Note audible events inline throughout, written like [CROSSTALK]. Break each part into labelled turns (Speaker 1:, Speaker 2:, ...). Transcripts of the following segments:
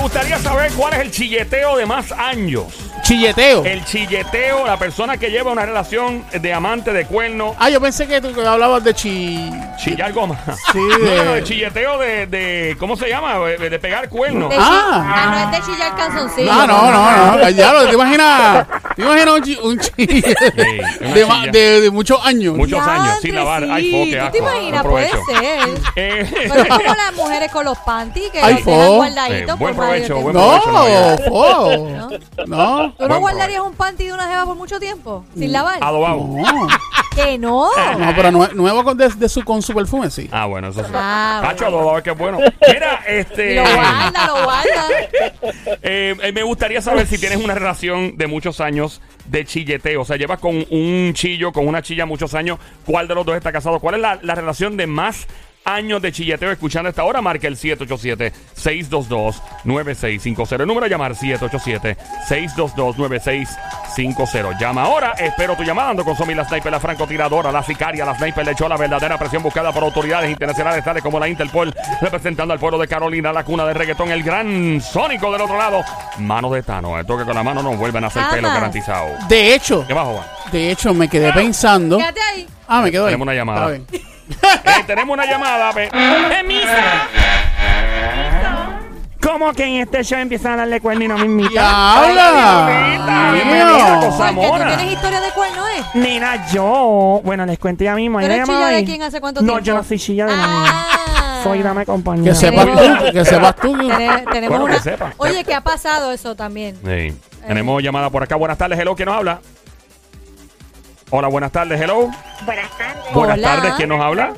Speaker 1: gustaría saber cuál es el chilleteo de más años.
Speaker 2: Chilleteo.
Speaker 1: El chilleteo, la persona que lleva una relación de amante de cuerno.
Speaker 2: Ah, yo pensé que tú que hablabas de chi...
Speaker 1: Chillar goma. [LAUGHS]
Speaker 2: Sí,
Speaker 1: No, no, no, el
Speaker 2: de...
Speaker 1: chilleteo de, de- ¿Cómo se llama? De, de pegar cuerno.
Speaker 3: De chi-
Speaker 2: Ah.
Speaker 3: ah, no es de chillar calzoncillo.
Speaker 2: No, no, no, no. Ya lo, te imaginas. Te imaginas un, chi, un chilleteo
Speaker 1: una
Speaker 2: de, ma-
Speaker 1: chilla.
Speaker 2: de, de muchos años.
Speaker 1: Muchos años,
Speaker 3: Diantre,
Speaker 1: sin lavar. Ay,
Speaker 3: sí.
Speaker 1: fo, qué
Speaker 3: ¿Tú
Speaker 1: asco.
Speaker 3: te imaginas?
Speaker 1: No
Speaker 3: Puede
Speaker 1: provecho.
Speaker 3: ser.
Speaker 1: [LAUGHS] Eh,
Speaker 3: Pero es como las mujeres con los panties que
Speaker 2: Ay,
Speaker 3: los
Speaker 2: fo.
Speaker 3: dejan
Speaker 1: Eh,
Speaker 3: guardaditos
Speaker 1: buen
Speaker 3: por varios
Speaker 1: provecho,
Speaker 3: tiempos.
Speaker 1: buen
Speaker 2: No,
Speaker 1: provecho, no,
Speaker 2: po. No.
Speaker 3: ¿Tú
Speaker 1: buen Ah,
Speaker 3: no guardarías un panty de una jeva por mucho tiempo? ¿Sin lavar?
Speaker 1: adobado.
Speaker 2: No.
Speaker 1: [LAUGHS]
Speaker 3: ¡Que no!
Speaker 2: No, pero nue- nuevo con, de, de su, con su perfume, sí.
Speaker 1: Ah, bueno, eso sí.
Speaker 3: Ah,
Speaker 1: Cacho, adobado, es que es bueno. Mira, este.
Speaker 3: Y lo guarda,
Speaker 1: [LAUGHS]
Speaker 3: lo guarda.
Speaker 1: Eh, eh, me gustaría saber si tienes una relación de muchos años de chilleteo. O sea, llevas con un chillo, con una chilla muchos años. ¿Cuál de los dos está casado? ¿Cuál es la, la relación de más años de chilleteo escuchando esta hora? Marca el 787-622-9650. El número a llamar 787-622-9650. Llama ahora. Espero tu llamada. Ando con Somi, la sniper, la francotiradora, la sicaria, la sniper, le echó la verdadera presión buscada por autoridades internacionales tales como la Interpol, representando al pueblo de Carolina, la cuna del reggaetón, el gran sónico del otro lado. Manos de Thanos. El toque con la mano no vuelven a hacer pelo
Speaker 3: Jamás.
Speaker 1: garantizado.
Speaker 2: De hecho,
Speaker 1: ¿Qué más, Juan?
Speaker 2: de hecho, me quedé pensando.
Speaker 3: Quédate ahí.
Speaker 2: Ah, me quedo ahí.
Speaker 1: Tenemos una llamada.
Speaker 2: Está [LAUGHS] bien.
Speaker 1: Eh, tenemos una llamada. pe-
Speaker 4: ¿Cómo que en este show empiezan a darle cuerno y no me invitan?
Speaker 2: ¡Diabla!
Speaker 1: Ay,
Speaker 2: Mío.
Speaker 1: bienvenida, cosa
Speaker 3: Porque tú
Speaker 1: mona.
Speaker 3: tienes historia de cuerno, ¿eh?
Speaker 4: Nena, yo. Bueno, les cuento ya mismo.
Speaker 3: ¿Tú
Speaker 4: ¿Hay una
Speaker 3: eres chilla
Speaker 4: llamada
Speaker 3: de
Speaker 4: ahí?
Speaker 3: quién hace cuánto
Speaker 4: No,
Speaker 3: tiempo?
Speaker 4: yo no soy chilla de nadie.
Speaker 3: Ah.
Speaker 4: Soy dame compañía.
Speaker 2: Que sepas
Speaker 3: Tenemos-
Speaker 2: tú, que sepas tú.
Speaker 3: Tene- Tenemos
Speaker 1: Bueno, que
Speaker 3: una...
Speaker 1: sepa.
Speaker 3: Oye, que ha pasado eso también.
Speaker 1: Sí. Tenemos llamada por acá. Buenas tardes, hello, ¿quién nos habla? Hola, buenas tardes, hello.
Speaker 5: Buenas tardes.
Speaker 1: Buenas
Speaker 3: Hola.
Speaker 1: tardes, ¿quién nos habla?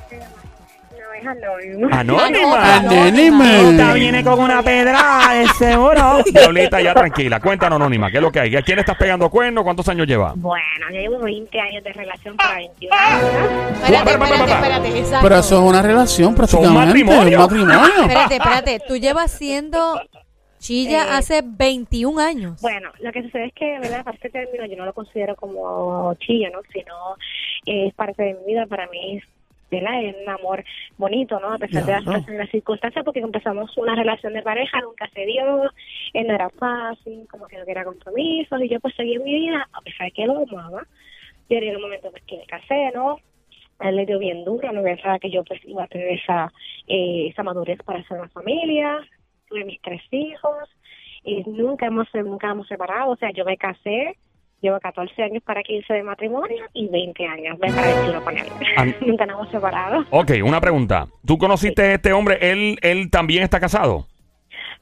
Speaker 5: No es anónimo.
Speaker 1: Ah. Anónima.
Speaker 3: Anónima.
Speaker 4: Esta
Speaker 2: Anónima.
Speaker 4: viene con una pedra, de seguro.
Speaker 1: Diablita, ya tranquila. Cuéntanos, Anónima, ¿qué es lo que hay? ¿A quién estás pegando cuerno? ¿Cuántos años lleva?
Speaker 5: Bueno, yo llevo 20 años de relación para 21 años.
Speaker 3: Espérate,
Speaker 1: Espera, espera,
Speaker 3: espérate,
Speaker 1: espera.
Speaker 3: espérate. Exacto.
Speaker 2: Pero eso es una relación prácticamente.
Speaker 1: Son matrimonio. [LAUGHS] Ah,
Speaker 2: matrimonio.
Speaker 3: Espérate, espérate. Tú llevas siendo chilla
Speaker 5: Eh.
Speaker 3: hace 21 años.
Speaker 5: Bueno, lo que sucede es que, ¿verdad? Para este término yo no lo considero como chillo, ¿no? Sino eh, es parte de mi vida, para mí es, ¿verdad? Es un amor bonito, ¿no? A pesar de las,
Speaker 2: Claro.
Speaker 5: las circunstancias, porque empezamos una relación de pareja, nunca se dio, eh, no era fácil, como que no quería compromisos, y yo pues seguí mi vida, a pesar de que lo amaba. Yo en un momento pues, que me casé, ¿no? A él le dio bien duro, no pensaba que yo pues iba a tener esa, eh, esa madurez para hacer una familia, tuve mis tres hijos, y nunca hemos nunca hemos separado, o sea, yo me casé, llevo 14 años para 15 de matrimonio y 20 años, voy para 21 con él.
Speaker 1: An-
Speaker 5: [LAUGHS] nunca nos hemos separado.
Speaker 1: Ok, una pregunta. ¿Tú conociste a este hombre? ¿Él, él también está casado?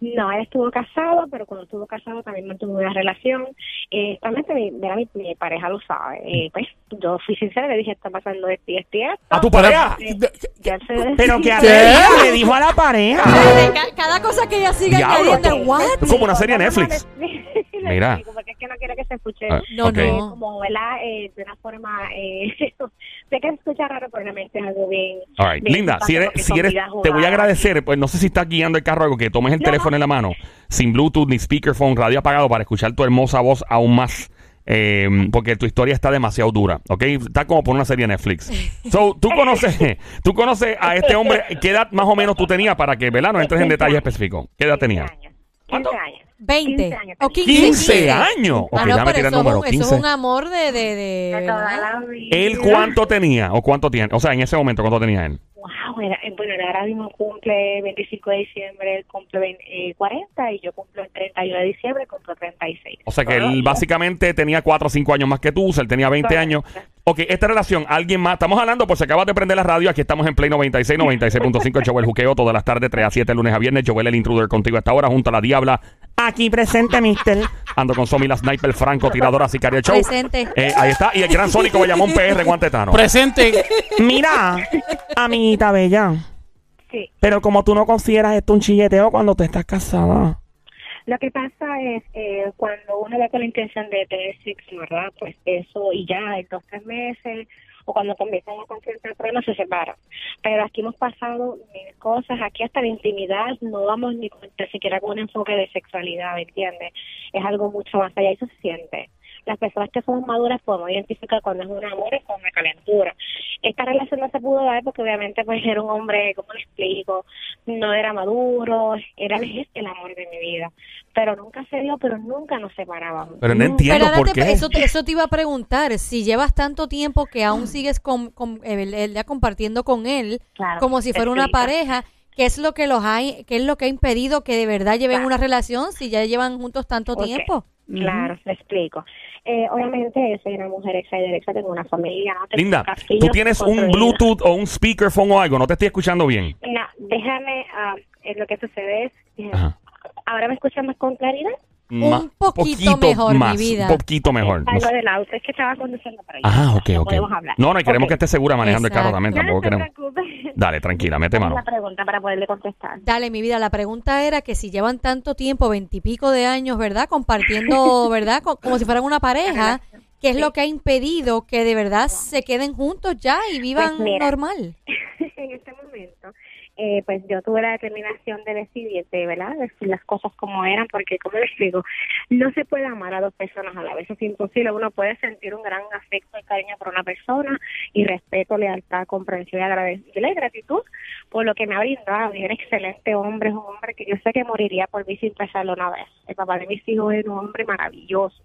Speaker 5: No, él estuvo casado, pero cuando estuvo casado también mantuvo una relación. Eh, realmente mi, mira, mi, mi pareja lo sabe. Eh, pues yo fui sincera, le dije, está pasando esto y esto y esto.
Speaker 1: ¿A tu pareja?
Speaker 5: Ya se-
Speaker 4: Pero que a
Speaker 2: ¿Qué?
Speaker 4: le dijo a la pareja.
Speaker 3: Espérate, ca- cada cosa que ella sigue
Speaker 1: Diablo,
Speaker 3: añadiendo,
Speaker 1: esto-
Speaker 3: ¿what?
Speaker 1: esto es como una serie de
Speaker 5: [LAUGHS]
Speaker 1: Netflix. Mira.
Speaker 5: Mira. Porque es que no quiere que se escuche
Speaker 1: Ah,
Speaker 3: No,
Speaker 1: ok.
Speaker 3: no.
Speaker 5: como, ¿verdad? Eh, de una forma, eh, [LAUGHS] sé que se escucha raro, pero realmente es algo bien.
Speaker 1: All right.
Speaker 5: bien
Speaker 1: Linda, si
Speaker 5: simpático,
Speaker 1: eres,
Speaker 5: que
Speaker 1: si
Speaker 5: son
Speaker 1: eres,
Speaker 5: vidas
Speaker 1: te voy a
Speaker 5: jugadas.
Speaker 1: agradecer, pues no sé si estás guiando el carro o algo, que tomes el
Speaker 5: No,
Speaker 1: teléfono en la mano, sin Bluetooth, ni speakerphone, radio apagado, para escuchar tu hermosa voz aún más, eh, porque tu historia está demasiado dura, ¿ok? Está como por una serie de Netflix. So, tú conoces, [LAUGHS] tú conoces a este hombre, ¿qué edad más o menos tú tenías para que, ¿verdad? No entres
Speaker 5: [LAUGHS]
Speaker 1: en detalle específico. ¿Qué edad
Speaker 5: 15
Speaker 1: tenías?
Speaker 5: años. 15
Speaker 1: ¿Cuánto?
Speaker 5: años.
Speaker 3: 20
Speaker 5: 15 años.
Speaker 3: o 15.
Speaker 1: 15 años. Ok,
Speaker 3: Ah, no,
Speaker 1: déjame
Speaker 3: pero eso,
Speaker 1: tirar
Speaker 3: es
Speaker 1: el número.
Speaker 3: un, eso es
Speaker 1: 15.
Speaker 3: un amor de... de, de
Speaker 5: De toda
Speaker 3: ¿verdad?
Speaker 5: la vida.
Speaker 1: ¿Él cuánto tenía? ¿O cuánto tiene? O sea, en ese momento, ¿cuánto tenía él?
Speaker 5: Wow, era- eh, bueno, ahora mismo cumple 25 de diciembre, él cumple vein- eh, 40 y yo cumplo el 31 de diciembre, cumplo 36.
Speaker 1: O sea que él básicamente tenía 4 o 5 años más que tú, o sea, él tenía 20 años.
Speaker 5: Correcto.
Speaker 1: Ok, esta relación, alguien más, estamos hablando, por si acabas de prender la radio, aquí estamos en Play 96, 96.5, el show El Juqueo, todas las tardes, 3 a 7, lunes a viernes, Joel el Intruder contigo hasta ahora, junto a la Diabla,
Speaker 4: Aquí presente, mister.
Speaker 1: ando con Somi, la Sniper, Franco, tiradora, sicaria, el show.
Speaker 3: Presente.
Speaker 1: Eh, ahí está, y el gran Sónico Bayamón PR, guantetano.
Speaker 2: Presente.
Speaker 4: Mira, amiguita bella.
Speaker 5: Sí.
Speaker 4: Pero como tú no consideras esto un chilleteo cuando tú estás casada.
Speaker 5: Lo que pasa es eh, cuando uno va con la intención de tener sexo, ¿verdad? Pues eso y ya, en dos, tres meses, o cuando comienzan a concentrar problemas, se separan. Pero aquí hemos pasado mil cosas, aquí hasta la intimidad no vamos ni, con- ni siquiera con un enfoque de sexualidad, ¿me entiendes? Es algo mucho más allá, y eso se siente. las personas que somos maduras podemos identificar cuando es un amor y cuando es calentura. Esta relación no se pudo dar porque obviamente pues era un hombre, ¿cómo le explico? No era maduro, era el el amor de mi vida. Pero nunca se dio, pero nunca nos separábamos.
Speaker 1: Pero no entiendo
Speaker 3: Pero
Speaker 1: por
Speaker 3: date-
Speaker 1: qué.
Speaker 3: Eso, te- eso te iba a preguntar. Si llevas tanto tiempo que aún sigues con, con- eh, él- él ya compartiendo con él,
Speaker 5: Claro,
Speaker 3: como si fuera una
Speaker 5: explica.
Speaker 3: pareja, ¿qué es lo que los hay, qué es lo que ha impedido que de verdad lleven una relación si ya llevan juntos tanto
Speaker 5: Ok.
Speaker 3: tiempo?
Speaker 5: Claro, te explico. Eh, obviamente, soy una mujer hecha y derecha, tengo una familia. tengo
Speaker 1: Linda,
Speaker 5: un castillo
Speaker 1: tú tienes un
Speaker 5: construido.
Speaker 1: Bluetooth o un speakerphone o algo, no te estoy escuchando bien.
Speaker 5: No, déjame, ah, eh, lo que sucede es, eh,
Speaker 1: Ajá.
Speaker 5: ahora me escuchas más con claridad.
Speaker 3: Un
Speaker 1: Ma-
Speaker 3: poquito mejor, mi
Speaker 1: más,
Speaker 3: vida.
Speaker 1: Un poquito mejor. No
Speaker 5: Algo
Speaker 1: sé.
Speaker 5: del auto, es que estaba conduciendo para allá.
Speaker 1: Ah, ok,
Speaker 5: no
Speaker 1: ok.
Speaker 5: Podemos hablar.
Speaker 1: No, no, y queremos
Speaker 5: Ok.
Speaker 1: que estés segura manejando el carro
Speaker 3: Exacto.
Speaker 1: también.
Speaker 5: No,
Speaker 1: Tampoco
Speaker 5: no te
Speaker 1: queremos.
Speaker 5: preocupes.
Speaker 1: Dale, tranquila, mete
Speaker 5: Dame
Speaker 1: mano.
Speaker 5: la pregunta para poderle contestar. [LAUGHS]
Speaker 3: Dale, mi vida, la pregunta era que si llevan tanto tiempo, veintipico de años, ¿verdad?
Speaker 5: [LAUGHS]
Speaker 3: Compartiendo, ¿verdad? Co- Como si fueran una pareja, ¿qué es lo que ha impedido que de verdad se queden juntos ya y vivan
Speaker 5: Pues mira.
Speaker 3: normal?
Speaker 5: en este momento, eh, pues yo tuve la determinación de decidir, de verdad, decir las cosas como eran, porque como les digo, no se puede amar a dos personas a la vez, es imposible. Uno puede sentir un gran afecto y cariño por una persona y respeto, lealtad, comprensión y agradecimiento y gratitud por lo que me ha brindado. Y un excelente hombre, es un hombre que yo sé que moriría por mí sin pensarlo una vez. El papá de mis hijos es un hombre maravilloso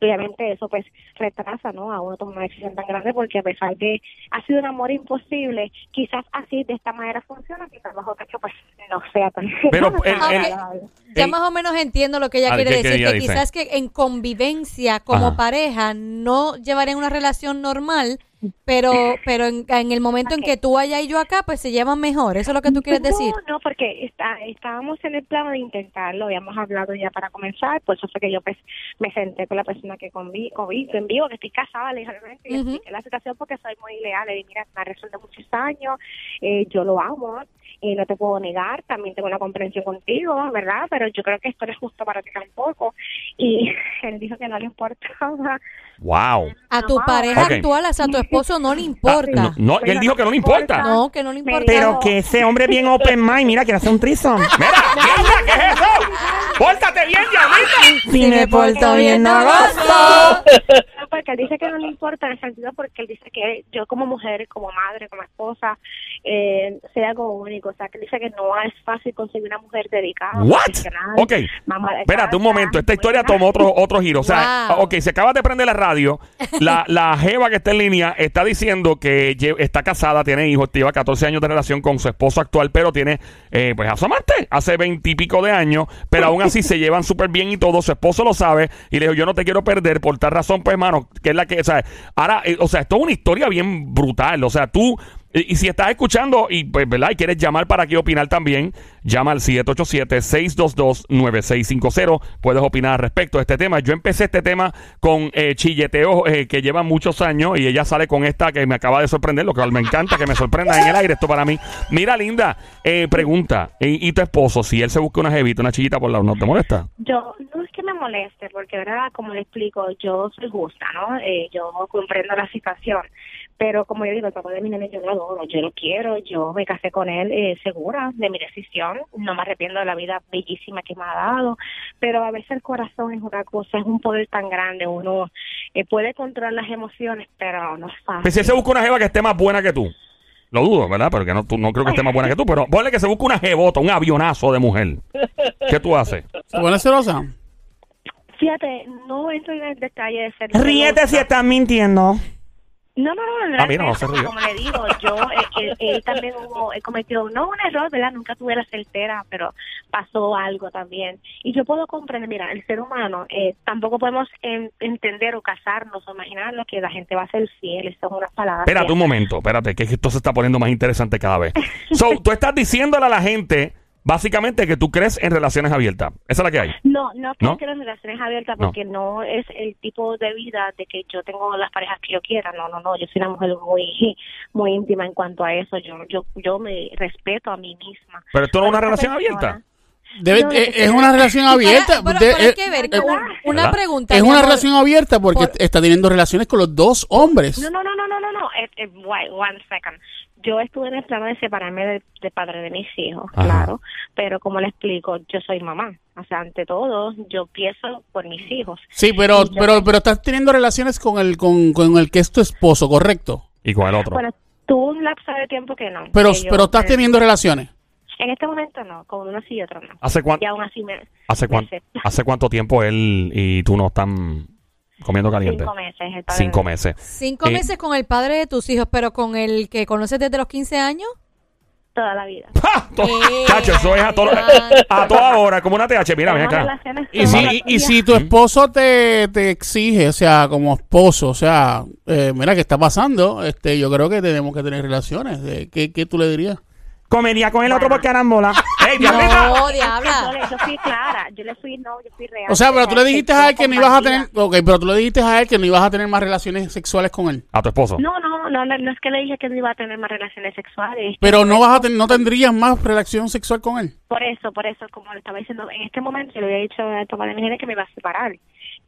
Speaker 5: obviamente eso pues retrasa ¿no? a uno tomar una decisión tan grande porque a pesar de ha sido un amor imposible quizás así de esta manera funciona quizás bajo techo pues no sea tan [LAUGHS]
Speaker 1: Pero
Speaker 5: no sea
Speaker 1: el-
Speaker 5: tan
Speaker 1: el-
Speaker 5: agradable.
Speaker 3: Ya
Speaker 1: El-
Speaker 3: más o menos entiendo lo que ella
Speaker 1: Ah, ¿qué-
Speaker 3: quiere
Speaker 1: qué
Speaker 3: decir,
Speaker 1: ella
Speaker 3: que
Speaker 1: dice?
Speaker 3: quizás que en convivencia como
Speaker 1: Ajá.
Speaker 3: pareja no llevarían una relación normal, pero pero en, en el momento en que tú allá y yo acá, pues se llevan mejor. Eso es lo que tú quieres decir.
Speaker 5: Pues No, no, porque está, estábamos en el plan de intentarlo, habíamos hablado ya para comenzar, por eso fue que yo pues me senté con la persona que convi- convivo, en vivo, que estoy casada, le dije, realmente, y
Speaker 3: Ujú.
Speaker 5: expliqué la situación porque soy muy leal, le dije, mira, me resuelto muchos años, eh, yo lo amo, eh, no te puedo negar, también tengo una comprensión contigo, ¿verdad? Pero yo creo que esto no es justo para ti tampoco. Y [LAUGHS] él dijo que no le importaba.
Speaker 1: Wow.
Speaker 3: A tu
Speaker 5: no,
Speaker 3: pareja
Speaker 1: Ok.
Speaker 3: actual, hasta a
Speaker 5: [LAUGHS]
Speaker 3: tu esposo no le
Speaker 1: Ah,
Speaker 3: importa.
Speaker 1: No, no, él dijo que no le importa.
Speaker 3: No, que no le importa.
Speaker 4: Pero que ese hombre es bien open mind, mira, quiere hacer un threesome.
Speaker 1: Mira, mierda, ¿qué es eso? Pórtate bien, llamita.
Speaker 4: Si me porto bien, no gozo.
Speaker 1: [LAUGHS]
Speaker 5: No, porque él dice que no le importa en el sentido porque él dice que yo como mujer, como madre, como esposa, eh, sea algo único. O sea, que él dice que no es fácil conseguir una mujer dedicada.
Speaker 1: What?
Speaker 5: profesional,
Speaker 1: Ok.
Speaker 5: mamá de
Speaker 1: Espérate un
Speaker 5: casa,
Speaker 1: momento, esta historia
Speaker 5: buena.
Speaker 1: tomó otro, otro giro. O sea,
Speaker 3: Wow.
Speaker 1: ok, se acaba de prender la radio. La, la Jeva que está en línea está diciendo que lle- está casada, tiene hijos, lleva 14 años de relación con su esposo actual, pero tiene, eh, pues, a su amante hace 20 y pico de años, pero aún así se llevan súper bien y todo. Su esposo lo sabe y le dijo, yo no te quiero perder por tal razón, pues, hermano, que es la que, o sea, ahora, eh, o sea, esto es una historia bien brutal. O sea, tú. Y, y si estás escuchando y, pues, ¿verdad? y quieres llamar para aquí opinar también, llama al 787-622-9650. Puedes opinar al respecto de este tema. Yo empecé este tema con eh, chilleteos eh, que llevan muchos años y ella sale con esta que me acaba de sorprender, lo que me encanta que me sorprenda en el aire. Esto para mí. Mira, linda, eh, pregunta. ¿y, y tu esposo, si él se busca una jevita, una chillita por la ¿no te molesta?
Speaker 5: Yo, no es que me moleste, porque, ¿verdad? Como le explico, yo soy justa, ¿no? Eh, yo comprendo la situación. Pero, como yo digo, el papá de mi nene yo lo adoro, yo lo quiero, yo me casé con él eh, segura de mi decisión. No me arrepiento de la vida bellísima que me ha dado. Pero a veces el corazón es una cosa, es un poder tan grande. Uno eh, puede controlar las emociones, pero no es fácil.
Speaker 1: Pues si él se busca una jeva que esté más buena que tú. Lo dudo, ¿verdad? Porque no, tú- no creo que esté más buena que tú, pero ponle que se busque una jebota, un avionazo de mujer. ¿Qué tú haces?
Speaker 2: ¿Se pone celosa?
Speaker 5: Fíjate, no entro en el detalle de ser...
Speaker 4: Ríete si estás mintiendo.
Speaker 5: No, no, no, no.
Speaker 1: Ah, mira, no se rió.
Speaker 5: Como le digo, yo eh, eh, él también hubo, he cometido, no un error, ¿verdad? Nunca tuve la certera, pero pasó algo también. Y yo puedo comprender, mira, el ser humano, eh, tampoco podemos en- entender o casarnos o imaginarnos que la gente va a ser fiel. Eso es una palabra.
Speaker 1: Espérate un momento, espérate, que es que esto se está poniendo más interesante cada
Speaker 5: [LAUGHS]
Speaker 1: vez. So, tú estás diciéndole a la gente, básicamente, que tú crees en relaciones abiertas. Esa es la que hay.
Speaker 5: No, no
Speaker 1: ¿No?
Speaker 5: creo que las relaciones abiertas
Speaker 1: No.
Speaker 5: porque no. es el tipo de vida de que yo tengo las parejas que yo quiera. No, no, no. Yo soy una mujer muy, muy íntima en cuanto a eso. Yo, yo, yo me respeto a mí misma.
Speaker 1: Pero esto no es una
Speaker 5: Pero esa
Speaker 1: relación
Speaker 5: persona-
Speaker 1: abierta.
Speaker 2: Debe-
Speaker 5: No,
Speaker 2: eh,
Speaker 5: es-
Speaker 2: es una relación abierta.
Speaker 3: Ahora,
Speaker 2: De-
Speaker 3: pero- pero hay
Speaker 2: eh,
Speaker 3: que ver,
Speaker 2: eh,
Speaker 3: un- una
Speaker 1: ¿Verdad?
Speaker 3: pregunta.
Speaker 2: es
Speaker 3: mi
Speaker 2: una
Speaker 3: amor.
Speaker 2: relación abierta porque
Speaker 3: Por-
Speaker 2: está teniendo relaciones con los dos hombres.
Speaker 5: No, no, no, no, no, no, no. Eh, eh, wait, one second. yo estuve en el plano de separarme del, del padre de mis hijos,
Speaker 1: Ajá.
Speaker 5: claro, pero como le explico, yo soy mamá. O sea, ante todo, yo pienso por mis hijos.
Speaker 2: Sí, pero, pero, pero estás teniendo relaciones con el, con, con el que es tu esposo, ¿correcto?
Speaker 1: Y con el otro.
Speaker 5: Bueno, tuve un lapso de tiempo que no.
Speaker 2: Pero,
Speaker 5: que yo-
Speaker 2: pero estás teniendo relaciones.
Speaker 5: En este momento no, con uno sí y otro no.
Speaker 1: ¿Hace, cuán-
Speaker 5: Y aún así me...
Speaker 1: hace,
Speaker 5: me
Speaker 1: cuán-
Speaker 2: [LAUGHS]
Speaker 5: [LAUGHS] acepta.
Speaker 1: ¿Hace cuánto tiempo él y tú no están comiendo caliente?
Speaker 5: Cinco meses. el padre
Speaker 1: Cinco
Speaker 5: de-
Speaker 1: meses. [LAUGHS]
Speaker 3: Cinco
Speaker 1: Eh.
Speaker 3: meses con el padre de tus hijos, pero con el que conoces desde los 15 años.
Speaker 5: Toda la vida.
Speaker 1: ¡Ja! To-
Speaker 3: Eh,
Speaker 1: Chacho, eso es a, todo-
Speaker 3: santo.
Speaker 1: a toda hora, como una TH. Mira, mira
Speaker 5: Tenemos
Speaker 1: acá.
Speaker 5: relaciones
Speaker 2: Y
Speaker 5: todos
Speaker 2: si,
Speaker 5: los
Speaker 2: y, y
Speaker 5: días.
Speaker 2: si
Speaker 1: ¿Mm?
Speaker 2: tu esposo te, te exige, o sea, como esposo, o sea, eh, mira, ¿qué está pasando? Este, Yo creo que tenemos que tener relaciones. Eh, ¿Qué, qué tú le dirías?
Speaker 4: Comería con el otro
Speaker 3: [LAUGHS]
Speaker 4: por carambola.
Speaker 1: ¡Ey, diablita!
Speaker 3: No,
Speaker 5: Yo, le,
Speaker 3: diabla.
Speaker 5: yo fui clara, yo le fui, no, yo fui real.
Speaker 2: O sea, pero tú le dijiste a él que no ibas a tener,
Speaker 5: compartía.
Speaker 2: ok, pero tú le dijiste a él que no ibas a tener más relaciones sexuales con él.
Speaker 1: A tu esposo.
Speaker 5: No, no, no, no, no es que le dije que no iba a tener más relaciones sexuales.
Speaker 2: Pero no vas a ten- no tendrías más relación sexual con él.
Speaker 5: Por eso, por eso, como le estaba diciendo, en este momento yo le había dicho a Tomás de Miguel que me iba a separar,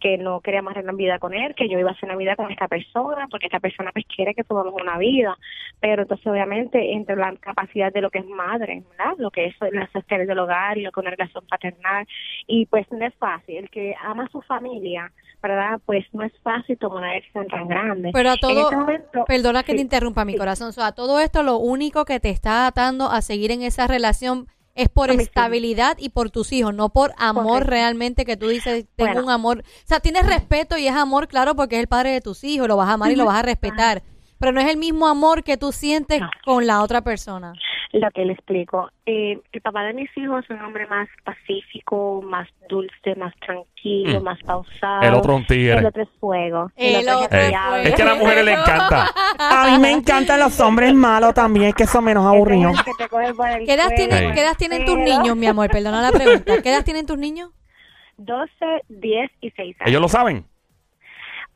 Speaker 5: que no quería más la vida con él, que yo iba a hacer una vida con esta persona, porque esta persona pues quiere que tuvamos una vida. Pero entonces, obviamente, entre la capacidad de lo que es madre, ¿verdad? Lo que es la sostener del hogar y lo que es una relación paternal. Y pues no es fácil. El que ama a su familia, ¿verdad? Pues no es fácil tomar una decisión tan grande.
Speaker 3: Pero a todo,
Speaker 5: En este momento-
Speaker 3: perdona que
Speaker 5: Sí.
Speaker 3: te interrumpa mi
Speaker 5: Sí.
Speaker 3: corazón, o sea, a todo esto lo único que te está atando a seguir en esa relación es por
Speaker 5: A mis hijos.
Speaker 3: estabilidad y por tus hijos, no por amor
Speaker 5: Correcto.
Speaker 3: realmente que tú dices, tengo
Speaker 5: Bueno.
Speaker 3: un amor, o sea, tienes respeto y es amor, claro, porque es el padre de tus hijos, lo vas a amar y lo vas a respetar, pero no es el mismo amor que tú sientes
Speaker 5: No.
Speaker 3: con la otra persona.
Speaker 5: Lo que le explico. Eh, el papá de mis hijos es un hombre más pacífico, más dulce, más tranquilo, más pausado.
Speaker 1: Mm. El otro es un tigre.
Speaker 5: El otro es fuego.
Speaker 3: El otro
Speaker 1: Ey,
Speaker 5: diablo.
Speaker 1: Es que a las mujeres les encanta.
Speaker 4: A mí me encantan los hombres malos también, que son menos
Speaker 5: Ese es el
Speaker 4: aburridos.
Speaker 5: que te coge por el
Speaker 3: ¿Qué edad,
Speaker 5: cuello,
Speaker 3: tienen,
Speaker 5: por
Speaker 1: Sí.
Speaker 3: ¿Qué edad
Speaker 5: el
Speaker 3: tienen tus
Speaker 5: pelo.
Speaker 3: niños, mi amor? Perdona la pregunta. ¿Qué edad tienen tus
Speaker 5: [LAUGHS]
Speaker 3: niños?
Speaker 5: 12, 10 y 6 años.
Speaker 1: Ellos lo saben.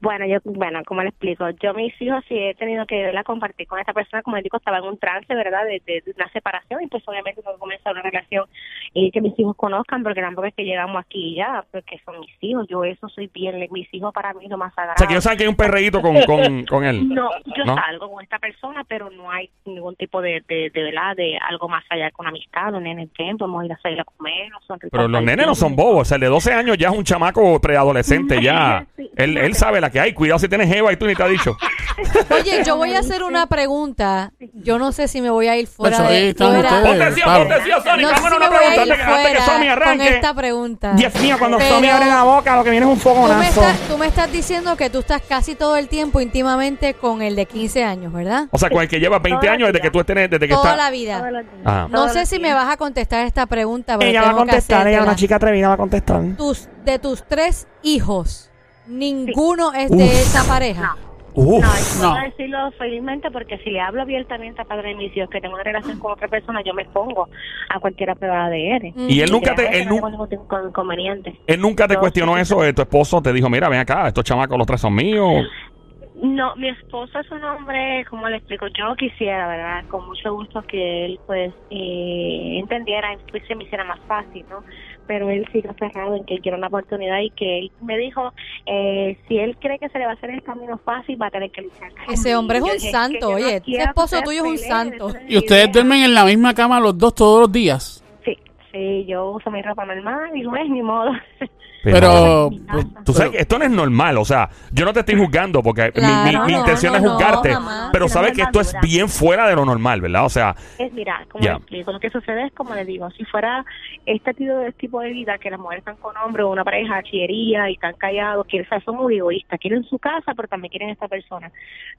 Speaker 5: Bueno, yo, bueno, como le explico, yo mis hijos sí he tenido que la compartir con esta persona, como les digo, estaba en un trance, ¿verdad? De, de- de una separación y pues obviamente tengo que comenzar una relación y que mis hijos conozcan, porque tampoco es que llegamos aquí y ya, porque son mis hijos, yo eso soy bien, mis hijos para mí es lo más sagrado.
Speaker 1: O sea, que ellos saben que hay un perreíto con, con, con él.
Speaker 5: No, yo
Speaker 1: ¿No?
Speaker 5: salgo con esta persona, pero no hay ningún tipo de, de, de, ¿verdad? De algo más allá con amistad, los nenes tiempo, vamos a ir a salir a comer. no son
Speaker 1: Pero
Speaker 5: ricos
Speaker 1: los nenes no son
Speaker 5: partidos.
Speaker 1: bobos. O sea, el de 12 años ya es un chamaco preadolescente. ya.
Speaker 5: Sí.
Speaker 1: Él, él sabe la que hay. Cuidado si tienes Jeva y tú ni te has dicho.
Speaker 3: [LAUGHS] Oye, yo voy a hacer una pregunta. Yo no sé si me voy a ir fuera
Speaker 2: Pues ahí
Speaker 3: de...
Speaker 2: están
Speaker 3: fuera-
Speaker 2: ustedes.
Speaker 1: Ponte así,
Speaker 2: Pablo.
Speaker 1: ponte así, Sonic.
Speaker 3: Eh, No sé
Speaker 1: Vámonos
Speaker 3: si
Speaker 1: a
Speaker 3: me
Speaker 1: una
Speaker 3: voy a
Speaker 1: pregunta
Speaker 3: ir
Speaker 1: antes que- antes que Sony
Speaker 3: fuera con
Speaker 1: arranque.
Speaker 3: esta pregunta.
Speaker 4: Dios mío, cuando
Speaker 3: Este Pero-
Speaker 4: Somi abre la boca, lo que viene es un
Speaker 3: Tú me,
Speaker 4: fogonazo.
Speaker 3: estás, tú me estás diciendo que tú estás casi todo el tiempo íntimamente con el de 15 años, ¿verdad?
Speaker 1: O sea, con el que lleva 20
Speaker 5: Toda
Speaker 1: años desde
Speaker 5: la
Speaker 1: que tú estés, desde que
Speaker 3: Toda
Speaker 1: está.
Speaker 3: la
Speaker 5: Todos
Speaker 3: vida.
Speaker 5: los días,
Speaker 1: Ah.
Speaker 3: No
Speaker 5: todos
Speaker 3: sé
Speaker 5: los
Speaker 3: si me
Speaker 5: días.
Speaker 3: vas a contestar esta pregunta, pero
Speaker 4: Ella va a
Speaker 3: tengo que
Speaker 4: contestar, ella es una
Speaker 3: hacértela.
Speaker 4: chica atrevida, va a contestar.
Speaker 3: Tus, de tus tres hijos, ninguno es de esa pareja.
Speaker 1: Uf.
Speaker 5: No, yo
Speaker 2: No.
Speaker 5: puedo decirlo felizmente porque si le hablo abiertamente a padre de mis hijos que tengo una relación con otra persona, yo me expongo a cualquier prueba de él.
Speaker 1: Y él nunca te. Él,
Speaker 5: no
Speaker 1: nu-
Speaker 5: tengo ningún tipo de inconveniente.
Speaker 1: él nunca te
Speaker 5: No.
Speaker 1: cuestionó eso. eh, tu esposo te dijo: Mira, ven acá, estos chamacos, los tres son míos.
Speaker 5: No, mi esposo es un hombre, como le explico, yo quisiera, ¿verdad? Con mucho gusto que él, pues, eh, entendiera y pues, se me hiciera más fácil, ¿no? Pero él sigue cerrado en que él quiere una oportunidad y que él me dijo, eh, si él cree que se le va a hacer el camino fácil, va a tener que luchar.
Speaker 3: Ese hombre es
Speaker 5: Y yo
Speaker 3: un
Speaker 5: dije,
Speaker 3: santo,
Speaker 5: que yo no
Speaker 3: oye, ese
Speaker 5: quiero que
Speaker 3: esposo
Speaker 5: ustedes
Speaker 3: tuyo es un
Speaker 5: peleen,
Speaker 3: santo.
Speaker 5: esa es mi
Speaker 2: ¿Y ustedes
Speaker 5: idea.
Speaker 2: duermen en la misma cama los dos todos los días?
Speaker 5: Sí, sí, yo uso mi ropa normal y no es mi modo.
Speaker 2: Pero, pues,
Speaker 1: Tú sabes que esto no es normal, o sea, yo no te estoy juzgando porque mi- mi,
Speaker 3: Claro,
Speaker 1: mi
Speaker 3: no,
Speaker 1: intención
Speaker 3: no,
Speaker 1: es
Speaker 3: no,
Speaker 1: juzgarte,
Speaker 3: jamás.
Speaker 1: pero
Speaker 5: Una
Speaker 1: sabes que esto es
Speaker 5: armadura.
Speaker 1: bien fuera de lo normal, ¿verdad? O sea,
Speaker 5: Es, mira, como
Speaker 1: Ya.
Speaker 5: le explico, lo que sucede es como le digo, si fuera este tipo de, tipo de vida que las mujeres están con hombres o una pareja chillería y están callados, que o sea, son muy egoístas, quieren su casa, pero también quieren esta persona.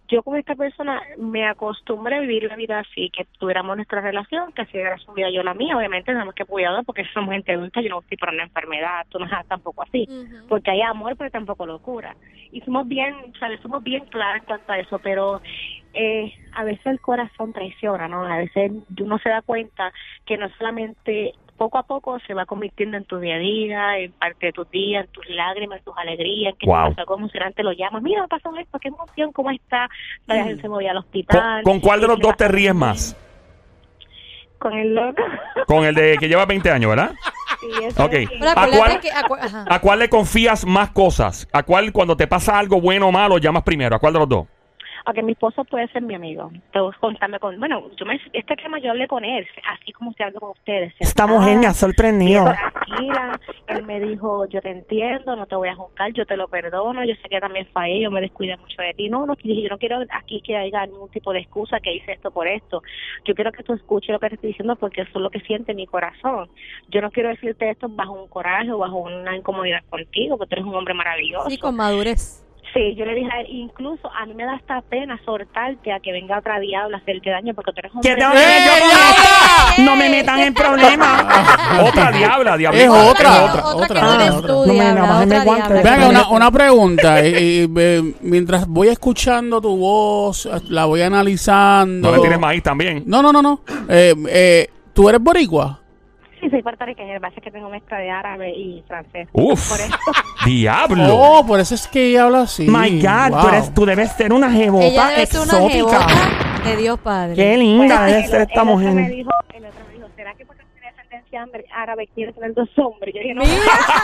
Speaker 5: Yo con esta persona me acostumbré a vivir la vida así, que tuviéramos nuestra relación, que así era su vida yo la mía, obviamente tenemos que cuidarnos porque somos gente adulta, yo no estoy por una enfermedad, tú no estás tampoco así
Speaker 3: Ujú.
Speaker 5: porque hay amor pero tampoco locura y somos bien sabes somos bien claros en cuanto a eso pero eh, a veces el corazón traiciona no a veces uno se da cuenta que no solamente poco a poco se va convirtiendo en tu día a día en parte de tus días en tus lágrimas en tus alegrías en que
Speaker 1: Wow.
Speaker 5: te pasó cómo emocionante lo llamas mira pasó esto qué emoción cómo está la gente se movía al
Speaker 1: Mm. ¿con,
Speaker 5: hospital
Speaker 1: con cuál de los
Speaker 5: ¿Qué
Speaker 1: dos te
Speaker 5: pasó?
Speaker 1: ríes más?
Speaker 5: con el loco [LAUGHS]
Speaker 1: Con el de que lleva 20 años, ¿verdad?
Speaker 5: Sí, eso
Speaker 1: Ok.
Speaker 5: es.
Speaker 3: Pero
Speaker 1: ¿A
Speaker 3: acuérdate
Speaker 1: cuál-
Speaker 3: que... acu- ajá.
Speaker 1: ¿A cuál le confías más cosas? ¿A cuál cuando te pasa algo bueno o malo llamas primero? ¿A cuál de los dos?
Speaker 5: a que mi esposo puede ser mi amigo. Entonces, contarme con, bueno, yo me, este tema yo hablé con él, así como estoy hablando con ustedes.
Speaker 3: Ah.
Speaker 5: Ah,
Speaker 4: Esta mujer me ha sorprendido.
Speaker 5: Tranquila, él me dijo, yo te entiendo, no te voy a juzgar, yo te lo perdono, yo sé que también fallé, yo me descuidé mucho de ti. No, no, dije, yo no quiero aquí que haya ningún tipo de excusa que hice esto por esto. Yo quiero que tú escuches lo que te estoy diciendo porque eso es lo que siente mi corazón. Yo no quiero decirte esto bajo un coraje o bajo una incomodidad contigo, porque tú eres un hombre maravilloso.
Speaker 3: Sí, con madurez.
Speaker 5: Sí, yo le dije a él, incluso a mí me da esta pena soltarte a que venga otra diabla a hacerte daño porque tú eres un
Speaker 4: ¿Qué tengo que ver yo con esto? No me
Speaker 3: [LAUGHS]
Speaker 4: metan en
Speaker 1: [LAUGHS]
Speaker 4: problemas.
Speaker 1: Otra diabla, diabla.
Speaker 2: Es otra.
Speaker 3: otra, otra que
Speaker 2: otra,
Speaker 3: no eres
Speaker 2: otra.
Speaker 3: tú,
Speaker 4: No me-
Speaker 3: diabla,
Speaker 4: no, bájame
Speaker 3: otra
Speaker 4: el guante.
Speaker 3: diabla.
Speaker 2: Venga,
Speaker 4: Pero
Speaker 2: una,
Speaker 4: no-
Speaker 2: una pregunta. y- y- ve- mientras voy escuchando tu voz, la voy analizando.
Speaker 1: No le tienes maíz también.
Speaker 2: No, no, no, no. Eh, eh, ¿Tú eres boricua?
Speaker 5: Sí, soy puertorriqueña, lo que pasa es que tengo mezcla de árabe y francés.
Speaker 1: Uf.
Speaker 5: Por eso,
Speaker 1: Diablo.
Speaker 2: Oh, por eso es que ella habla así.
Speaker 4: My God,
Speaker 2: Wow.
Speaker 4: tú, eres, tú debes ser una
Speaker 3: Ella
Speaker 4: jebota
Speaker 3: debe ser una Pues,
Speaker 4: exótica.
Speaker 3: jebota de Dios Padre.
Speaker 4: Qué linda
Speaker 5: Bueno,
Speaker 4: debe
Speaker 5: Pues, el-
Speaker 4: ser esta
Speaker 5: el otro Me
Speaker 4: mujer.
Speaker 5: dijo, el otro me dijo, ¿será que porque tiene descendencia hambre- árabe quieres tener dos hombres? Yo dije, no. [LAUGHS]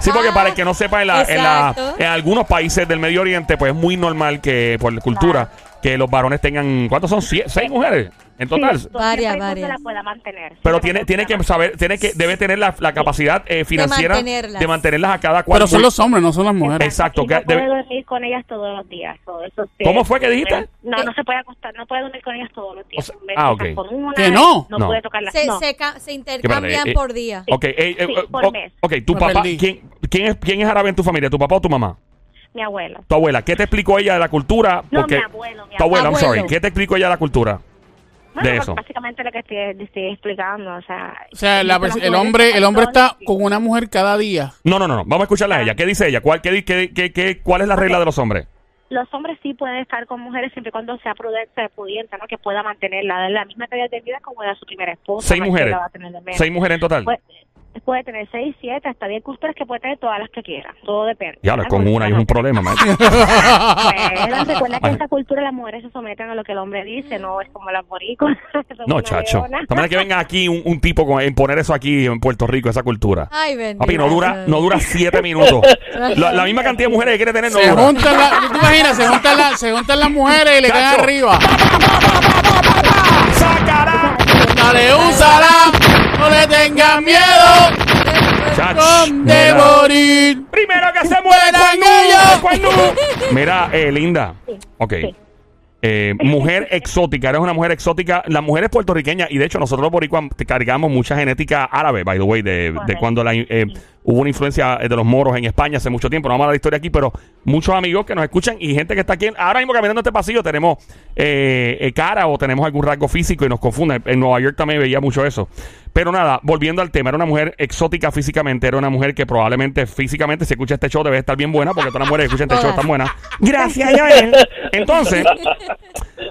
Speaker 1: Sí, porque para el que no sepa, en, la- en la-
Speaker 3: Exacto.
Speaker 1: en algunos países del Medio Oriente, pues es muy normal que, por cultura, que los varones tengan. ¿Cuántos son? Sie- ¿Seis mujeres? En total.
Speaker 5: Sí,
Speaker 3: Varias,
Speaker 5: siempre y cuando
Speaker 3: varias.
Speaker 5: la pueda mantener.
Speaker 1: Pero tiene,
Speaker 5: Siempre y cuando
Speaker 1: tiene
Speaker 5: la
Speaker 1: que saber, tiene que, debe tener la, la capacidad eh, financiera
Speaker 3: mantenerlas.
Speaker 1: de mantenerlas a cada cual.
Speaker 2: Pero son los hombres, no son las mujeres.
Speaker 1: Exacto.
Speaker 5: Y
Speaker 1: que
Speaker 5: no
Speaker 1: debe-
Speaker 5: puede dormir con ellas todos los días. o eso sí.
Speaker 1: ¿Cómo fue que dijiste?
Speaker 3: Eh.
Speaker 5: No, no se puede acostar, no puede dormir con ellas todos los días.
Speaker 1: O sea,
Speaker 5: Un mes
Speaker 1: ah,
Speaker 5: se
Speaker 1: ok.
Speaker 5: con una,
Speaker 2: ¿Que no?
Speaker 5: No,
Speaker 1: No.
Speaker 5: puede tocarlas.
Speaker 3: Se,
Speaker 5: no.
Speaker 3: se ca- se
Speaker 1: Espérate,
Speaker 3: intercambian
Speaker 1: eh,
Speaker 3: por día.
Speaker 1: Ok, eh, eh,
Speaker 5: Sí,
Speaker 1: eh,
Speaker 5: por
Speaker 1: o-
Speaker 5: mes.
Speaker 1: ok, tu
Speaker 2: Me
Speaker 1: papá,
Speaker 2: perdí.
Speaker 1: ¿quién, quién, es, ¿quién es árabe en tu familia? ¿Tu papá o tu mamá?
Speaker 5: Mi abuelo.
Speaker 1: ¿Tu abuela? ¿Qué te explicó ella de la cultura?
Speaker 5: No,
Speaker 1: Porque-
Speaker 5: mi abuelo, mi
Speaker 1: Tu abuela, I'm
Speaker 3: abuelo.
Speaker 1: sorry. ¿Qué te explicó ella de la cultura?
Speaker 5: Bueno,
Speaker 1: de
Speaker 5: pues,
Speaker 1: eso.
Speaker 5: básicamente lo que estoy, le estoy explicando, o sea...
Speaker 2: O sea, la pers- el
Speaker 5: las mujeres
Speaker 2: hombre, el hombre está
Speaker 5: son-
Speaker 2: con una mujer cada día.
Speaker 1: No, no, no, no. Vamos a escucharla
Speaker 5: Ah.
Speaker 1: a ella. ¿Qué dice ella? ¿Cuál, qué, di- qué- qué- qué- cuál es la regla de los hombres?
Speaker 5: Los hombres sí pueden estar con mujeres siempre y cuando sea prudente, pudiente, ¿no? Que pueda mantenerla en la misma calidad de vida como era su primera esposa.
Speaker 1: Seis
Speaker 5: no es que
Speaker 1: mujeres.
Speaker 5: la va a tener de menos.
Speaker 1: Seis mujeres en total.
Speaker 5: Puede, puede tener seis, siete, hasta diez culturas que puede tener todas las que quiera. Todo depende.
Speaker 1: Ya,
Speaker 5: Ah,
Speaker 1: con
Speaker 5: porque
Speaker 1: una y es un
Speaker 5: bueno,
Speaker 1: problema,
Speaker 5: [LAUGHS]
Speaker 1: maestro.
Speaker 5: Bueno, eh,
Speaker 1: [LAUGHS]
Speaker 5: recuerda que
Speaker 1: Ay.
Speaker 5: en esta cultura las mujeres se someten a lo que el hombre dice, no es como las boricuas. [LAUGHS] Son
Speaker 1: No,
Speaker 5: una
Speaker 1: chacho.
Speaker 5: leona. [LAUGHS]
Speaker 1: También que venga aquí un, un tipo con, en poner eso aquí en Puerto Rico, esa cultura.
Speaker 3: Ay, bendito.
Speaker 1: eh, Papi, no dura, no dura siete
Speaker 5: [LAUGHS]
Speaker 1: minutos. La, la misma cantidad de mujeres que quiere tener no
Speaker 2: Se
Speaker 1: dura.
Speaker 2: juntan, la- ¿tú te imaginas? Se juntan, la- se juntan las mujeres y le caen
Speaker 1: Cacho.
Speaker 2: arriba.
Speaker 1: ¡Sácala!
Speaker 2: Dale, úsala. No le tengas miedo.
Speaker 1: Chacho.
Speaker 2: Con de
Speaker 1: Mira,
Speaker 2: morir.
Speaker 1: Primero que se muere
Speaker 2: ellos.
Speaker 1: cuando. Mira, eh, Linda. Ok. Eh, mujer exótica, eres una mujer exótica. Las mujeres puertorriqueñas, y de hecho, nosotros los boricuas te cargamos mucha genética árabe, by the way, de, de
Speaker 5: Correcto.
Speaker 1: cuando la, eh, hubo una influencia eh, de los moros en España hace mucho tiempo. No vamos a hablar de historia aquí, pero muchos amigos que nos escuchan y gente que está aquí ahora mismo caminando este pasillo, tenemos eh, eh, cara o tenemos algún rasgo físico y nos confunden. En Nueva York también veía mucho eso. Pero nada, volviendo al tema, era una mujer exótica físicamente, era una mujer que probablemente físicamente, si escucha este show, debe estar bien buena, porque todas las mujeres que escuchan este show
Speaker 3: Todas.
Speaker 1: están buenas.
Speaker 3: [LAUGHS]
Speaker 4: Gracias, Joel.
Speaker 5: [LAUGHS]
Speaker 1: Entonces,